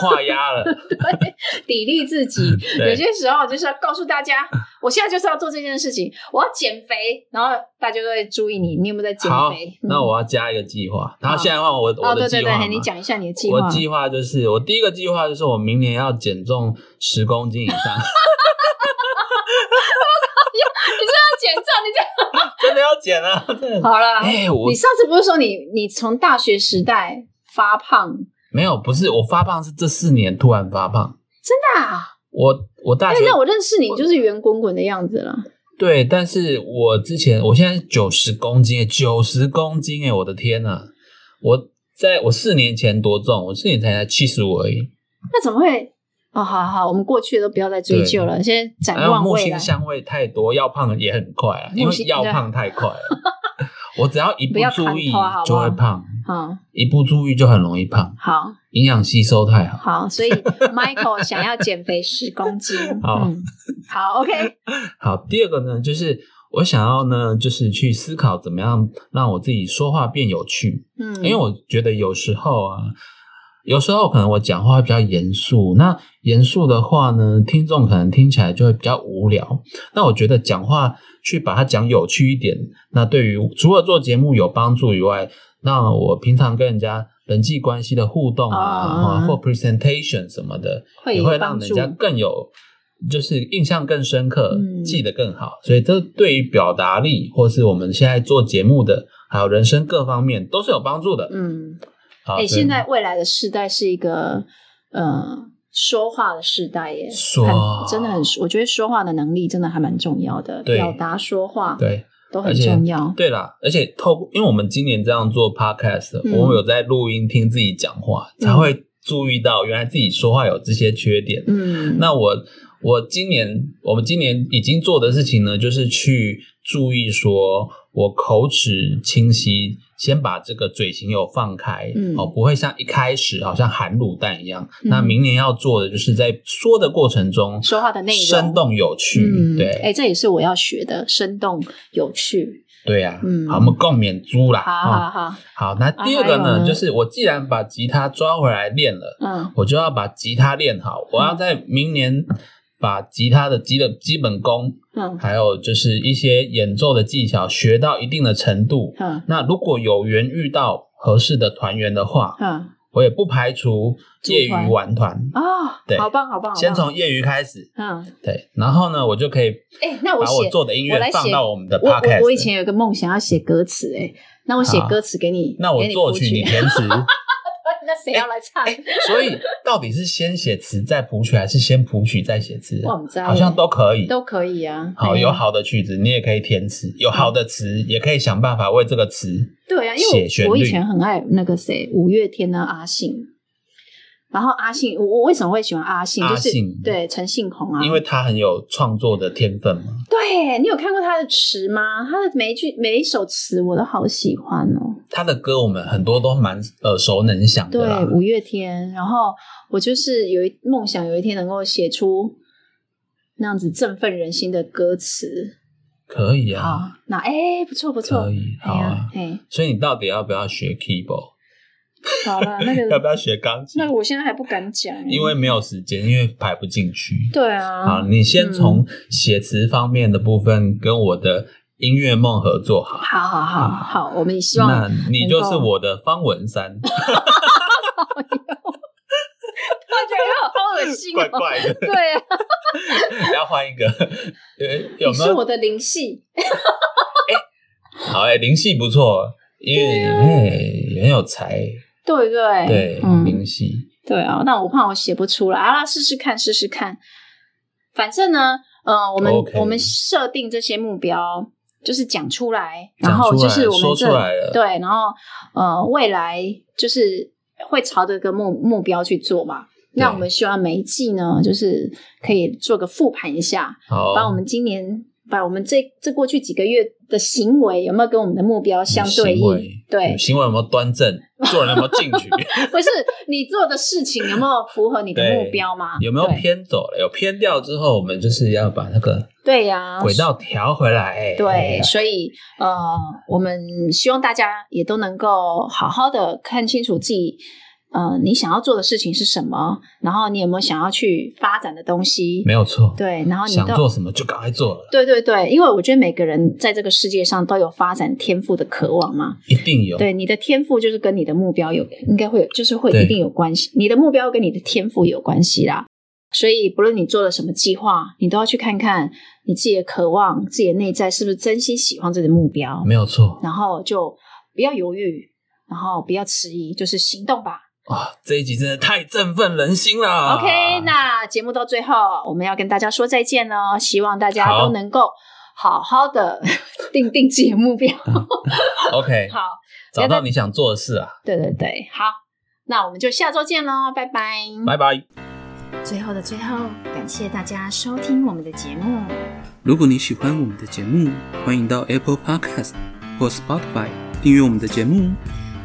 [SPEAKER 1] 画押了，
[SPEAKER 2] 对， 砥砺自己。
[SPEAKER 1] 嗯对
[SPEAKER 2] 有些时候就是要告诉大家，我现在就是要做这件事情，我要减肥，然后大家都会注意你，你有没有在减
[SPEAKER 1] 好
[SPEAKER 2] 肥？，
[SPEAKER 1] 那
[SPEAKER 2] 嗯
[SPEAKER 1] 我要加一个计划。然后
[SPEAKER 2] 好
[SPEAKER 1] 现在换我我
[SPEAKER 2] 哦，
[SPEAKER 1] 的
[SPEAKER 2] 对
[SPEAKER 1] 计
[SPEAKER 2] 对
[SPEAKER 1] 划嘛，
[SPEAKER 2] 对，你讲一下你的计划
[SPEAKER 1] 我。计划就是，我第一个计划就是我明年要减重十公斤以 上，
[SPEAKER 2] 减重，你这
[SPEAKER 1] 真的要减啊！真的
[SPEAKER 2] 好了。
[SPEAKER 1] 哎、我
[SPEAKER 2] 你上次不是说你你从大学时代发胖？
[SPEAKER 1] 没有，不是我发胖是这四年突然发胖。
[SPEAKER 2] 那
[SPEAKER 1] 我我大
[SPEAKER 2] 哎
[SPEAKER 1] 学，
[SPEAKER 2] 那我认识你就是圆滚滚的样子了。
[SPEAKER 1] 对，但是我之前我现在九十公斤，九十公斤哎，我的天呐、我在我四年前多重？我四年前才七十五而已。
[SPEAKER 2] 那怎么会？哦，好好，我们过去的都不要再追究了，现在
[SPEAKER 1] 还
[SPEAKER 2] 展
[SPEAKER 1] 有
[SPEAKER 2] 望
[SPEAKER 1] 木
[SPEAKER 2] 未
[SPEAKER 1] 星
[SPEAKER 2] 来。
[SPEAKER 1] 相位太多，要胖也很快啊，因
[SPEAKER 2] 木
[SPEAKER 1] 为
[SPEAKER 2] 星
[SPEAKER 1] 要胖太快了。我只要一
[SPEAKER 2] 不要砍
[SPEAKER 1] 注意
[SPEAKER 2] 头好不好
[SPEAKER 1] 就会胖，
[SPEAKER 2] 好
[SPEAKER 1] 一不注意就很容易胖。
[SPEAKER 2] 嗯好
[SPEAKER 1] 营养吸收太好。
[SPEAKER 2] 好，所以 Michael 想要减肥十公斤。
[SPEAKER 1] 好
[SPEAKER 2] 嗯，好，OK，
[SPEAKER 1] 好，第二个呢，就是我想要呢，就是去思考怎么样让我自己说话变有趣，
[SPEAKER 2] 嗯，
[SPEAKER 1] 因为我觉得有时候啊，有时候可能我讲话会比较严肃，那严肃的话呢，听众可能听起来就会比较无聊。那我觉得讲话去把它讲有趣一点，那对于除了做节目有帮助以外，那我平常跟人家。人际关系的互动啊，
[SPEAKER 2] 哦
[SPEAKER 1] 或 presentation 什么的，
[SPEAKER 2] 会
[SPEAKER 1] 也
[SPEAKER 2] 有
[SPEAKER 1] 会让
[SPEAKER 2] 帮
[SPEAKER 1] 人
[SPEAKER 2] 助。
[SPEAKER 1] 家更有，就是印象更深刻，
[SPEAKER 2] 嗯
[SPEAKER 1] 记得更好。所以这对于表达力，或是我们现在做节目的，还有人生各方面都是有帮助的。
[SPEAKER 2] 嗯，
[SPEAKER 1] 好，
[SPEAKER 2] 哎、
[SPEAKER 1] 所以
[SPEAKER 2] 现在未来的世代是一个呃说话的世代耶，
[SPEAKER 1] 说
[SPEAKER 2] 很真的很，我觉得说话的能力真的还蛮重要的，
[SPEAKER 1] 对
[SPEAKER 2] 表达说话
[SPEAKER 1] 对
[SPEAKER 2] 都很
[SPEAKER 1] 而且
[SPEAKER 2] 重要。
[SPEAKER 1] 对啦，而且透过，因为我们今年这样做 podcast，、
[SPEAKER 2] 嗯
[SPEAKER 1] 我们有在录音听自己讲话，
[SPEAKER 2] 嗯
[SPEAKER 1] 才会注意到原来自己说话有这些缺点。
[SPEAKER 2] 嗯，
[SPEAKER 1] 那我我今年我们今年已经做的事情呢，就是去注意说我口齿清晰，先把这个嘴型有放开，
[SPEAKER 2] 嗯
[SPEAKER 1] 哦，不会像一开始好像含卤蛋一样。
[SPEAKER 2] 嗯
[SPEAKER 1] 那明年要做的就是在说的过程中，
[SPEAKER 2] 说话的内容
[SPEAKER 1] 生动有趣，
[SPEAKER 2] 嗯，
[SPEAKER 1] 对、
[SPEAKER 2] 哎、这也是我要学的，生动有趣。
[SPEAKER 1] 对呀、
[SPEAKER 2] 嗯
[SPEAKER 1] 好，我们共勉猪啦，
[SPEAKER 2] 好
[SPEAKER 1] 啊
[SPEAKER 2] 好好，
[SPEAKER 1] 好，那第二个
[SPEAKER 2] 啊还
[SPEAKER 1] 呢，
[SPEAKER 2] 有呢
[SPEAKER 1] 就是我既然把吉他抓回来练了。
[SPEAKER 2] 嗯
[SPEAKER 1] 我就要把吉他练好，我要在明年把吉他的基本基本功，
[SPEAKER 2] 嗯
[SPEAKER 1] 还有就是一些演奏的技巧学到一定的程度。
[SPEAKER 2] 嗯
[SPEAKER 1] 那如果有缘遇到合适的团员的话，
[SPEAKER 2] 嗯
[SPEAKER 1] 我也不排除业
[SPEAKER 2] 组
[SPEAKER 1] 余
[SPEAKER 2] 团
[SPEAKER 1] 玩团，
[SPEAKER 2] 啊，
[SPEAKER 1] 对
[SPEAKER 2] 好棒好棒，好棒
[SPEAKER 1] 先从业余开始。
[SPEAKER 2] 嗯，
[SPEAKER 1] 对，然后呢，我就可以
[SPEAKER 2] 哎、那我
[SPEAKER 1] 把我
[SPEAKER 2] 写
[SPEAKER 1] 做的音
[SPEAKER 2] 我
[SPEAKER 1] 乐
[SPEAKER 2] 来
[SPEAKER 1] 放
[SPEAKER 2] 写
[SPEAKER 1] 到我们的
[SPEAKER 2] 我我
[SPEAKER 1] podcast。
[SPEAKER 2] 我以前有个梦想要写歌词，哎，那我写
[SPEAKER 1] 好
[SPEAKER 2] 歌词给你，
[SPEAKER 1] 那我
[SPEAKER 2] 给你
[SPEAKER 1] 作
[SPEAKER 2] 谱
[SPEAKER 1] 曲，你哎填词，
[SPEAKER 2] 那谁要来唱？
[SPEAKER 1] 所以到底是先写词再谱曲，还是先谱曲再写词啊？
[SPEAKER 2] 我不知道
[SPEAKER 1] 好像都可以，
[SPEAKER 2] 都可以啊。
[SPEAKER 1] 好，
[SPEAKER 2] 哎呀
[SPEAKER 1] 有好的曲子，你也可以填词；有好的词，也可以想办法为这个词。
[SPEAKER 2] 对啊，因
[SPEAKER 1] 写
[SPEAKER 2] 为
[SPEAKER 1] 旋律
[SPEAKER 2] 我我以前很爱那个谁，五月天的阿信。然后阿信，我我为什么会喜欢阿信？
[SPEAKER 1] 阿
[SPEAKER 2] 就是
[SPEAKER 1] 信
[SPEAKER 2] 对陈信宏啊，
[SPEAKER 1] 因为他很有创作的天分嘛。
[SPEAKER 2] 对你有看过他的词吗？他的每一句每一首词我都好喜欢哦。
[SPEAKER 1] 他的歌我们很多都蛮耳熟能详的啦
[SPEAKER 2] 对，。五月天。然后我就是有一梦想，有一天能够写出那样子振奋人心的歌词。
[SPEAKER 1] 可以啊，
[SPEAKER 2] 好，那哎，不错不错
[SPEAKER 1] 可，以，好
[SPEAKER 2] 哎呀
[SPEAKER 1] 啊，。
[SPEAKER 2] 哎，
[SPEAKER 1] 所以你到底要不要学 keyboard？
[SPEAKER 2] 好了，那
[SPEAKER 1] 要不
[SPEAKER 2] 个
[SPEAKER 1] 要学钢琴
[SPEAKER 2] 那？个，我现在还不敢讲，
[SPEAKER 1] 因为没有时间，因为排不进去。
[SPEAKER 2] 对啊，
[SPEAKER 1] 好，你先从写词方面的部分跟我的音乐梦合作好。
[SPEAKER 2] 好好好好，我们也希
[SPEAKER 1] 那
[SPEAKER 2] 望
[SPEAKER 1] 你就是
[SPEAKER 2] 能够
[SPEAKER 1] 我的方文山，
[SPEAKER 2] 我觉得好恶心
[SPEAKER 1] 怪
[SPEAKER 2] 哦。
[SPEAKER 1] 怪的。
[SPEAKER 2] 对啊，
[SPEAKER 1] 要换一个， 有有
[SPEAKER 2] 你
[SPEAKER 1] 没
[SPEAKER 2] 是
[SPEAKER 1] 有
[SPEAKER 2] 我？的灵系，
[SPEAKER 1] 好哎、灵系不错，因为
[SPEAKER 2] 啊
[SPEAKER 1] 哎很有才，
[SPEAKER 2] 对不对？
[SPEAKER 1] 对
[SPEAKER 2] 嗯，
[SPEAKER 1] 灵系
[SPEAKER 2] 对啊，那我怕我写不出来，啊，试试看，试试看。反正呢，呃，我们
[SPEAKER 1] OK
[SPEAKER 2] 我们设定这些目标，就是讲出来，
[SPEAKER 1] 讲
[SPEAKER 2] 然后
[SPEAKER 1] 出
[SPEAKER 2] 就
[SPEAKER 1] 来
[SPEAKER 2] 是我
[SPEAKER 1] 说
[SPEAKER 2] 们
[SPEAKER 1] 出
[SPEAKER 2] 这
[SPEAKER 1] 来了
[SPEAKER 2] 对，然后呃，未来就是会朝这个目目标去做嘛。那
[SPEAKER 1] 对
[SPEAKER 2] 我们希望每一季呢，就是可以做个复盘一下，
[SPEAKER 1] 好，
[SPEAKER 2] 把我们今年把我们这这过去几个月的行为有没有跟我们的目标相对
[SPEAKER 1] 行
[SPEAKER 2] 应？
[SPEAKER 1] 为
[SPEAKER 2] 对
[SPEAKER 1] 嗯，行为有没有端 正，做人有没有进取，
[SPEAKER 2] 不是你做的事情有没有符合你的
[SPEAKER 1] 对
[SPEAKER 2] 目标吗？
[SPEAKER 1] 有没有
[SPEAKER 2] 对
[SPEAKER 1] 偏走了？有偏掉之后，我们就是要把那个
[SPEAKER 2] 对呀、
[SPEAKER 1] 轨道调回来。哎
[SPEAKER 2] 对，所以呃，我们希望大家也都能够好好的看清楚自己，呃，你想要做的事情是什么，然后你有没有想要去发展的东西
[SPEAKER 1] 没，有错。
[SPEAKER 2] 对，然后你
[SPEAKER 1] 想
[SPEAKER 2] 都
[SPEAKER 1] 做什么就赶快做了，
[SPEAKER 2] 对对对，因为我觉得每个人在这个世界上都有发展天赋的渴望嘛，
[SPEAKER 1] 一定有。
[SPEAKER 2] 对，你的天赋就是跟你的目标有，应该会有，就是会
[SPEAKER 1] 对
[SPEAKER 2] 一定有关系，你的目标跟你的天赋有关系啦。所以，不论你做了什么计划，你都要去看看你自己的渴望、自己的内在是不是真心喜欢这个目标。
[SPEAKER 1] 没有错
[SPEAKER 2] 然后就不要犹豫，然后不要迟疑，就是行动吧。
[SPEAKER 1] 啊！这一集真的太振奋人心了。
[SPEAKER 2] OK，那节目到最后，我们要跟大家说再见了，希望大家
[SPEAKER 1] 好
[SPEAKER 2] 都能够好好的定定自己的目标。
[SPEAKER 1] OK，
[SPEAKER 2] 好，
[SPEAKER 1] 找到你想做的事啊，
[SPEAKER 2] 对对对，好，那我们就下周见喽，拜拜。
[SPEAKER 1] 拜拜。
[SPEAKER 2] 最后的最后，感谢大家收听我们的节目。
[SPEAKER 3] 如果你喜欢我们的节目，欢迎到 Apple Podcast 或 Spotify 订阅我们的节目，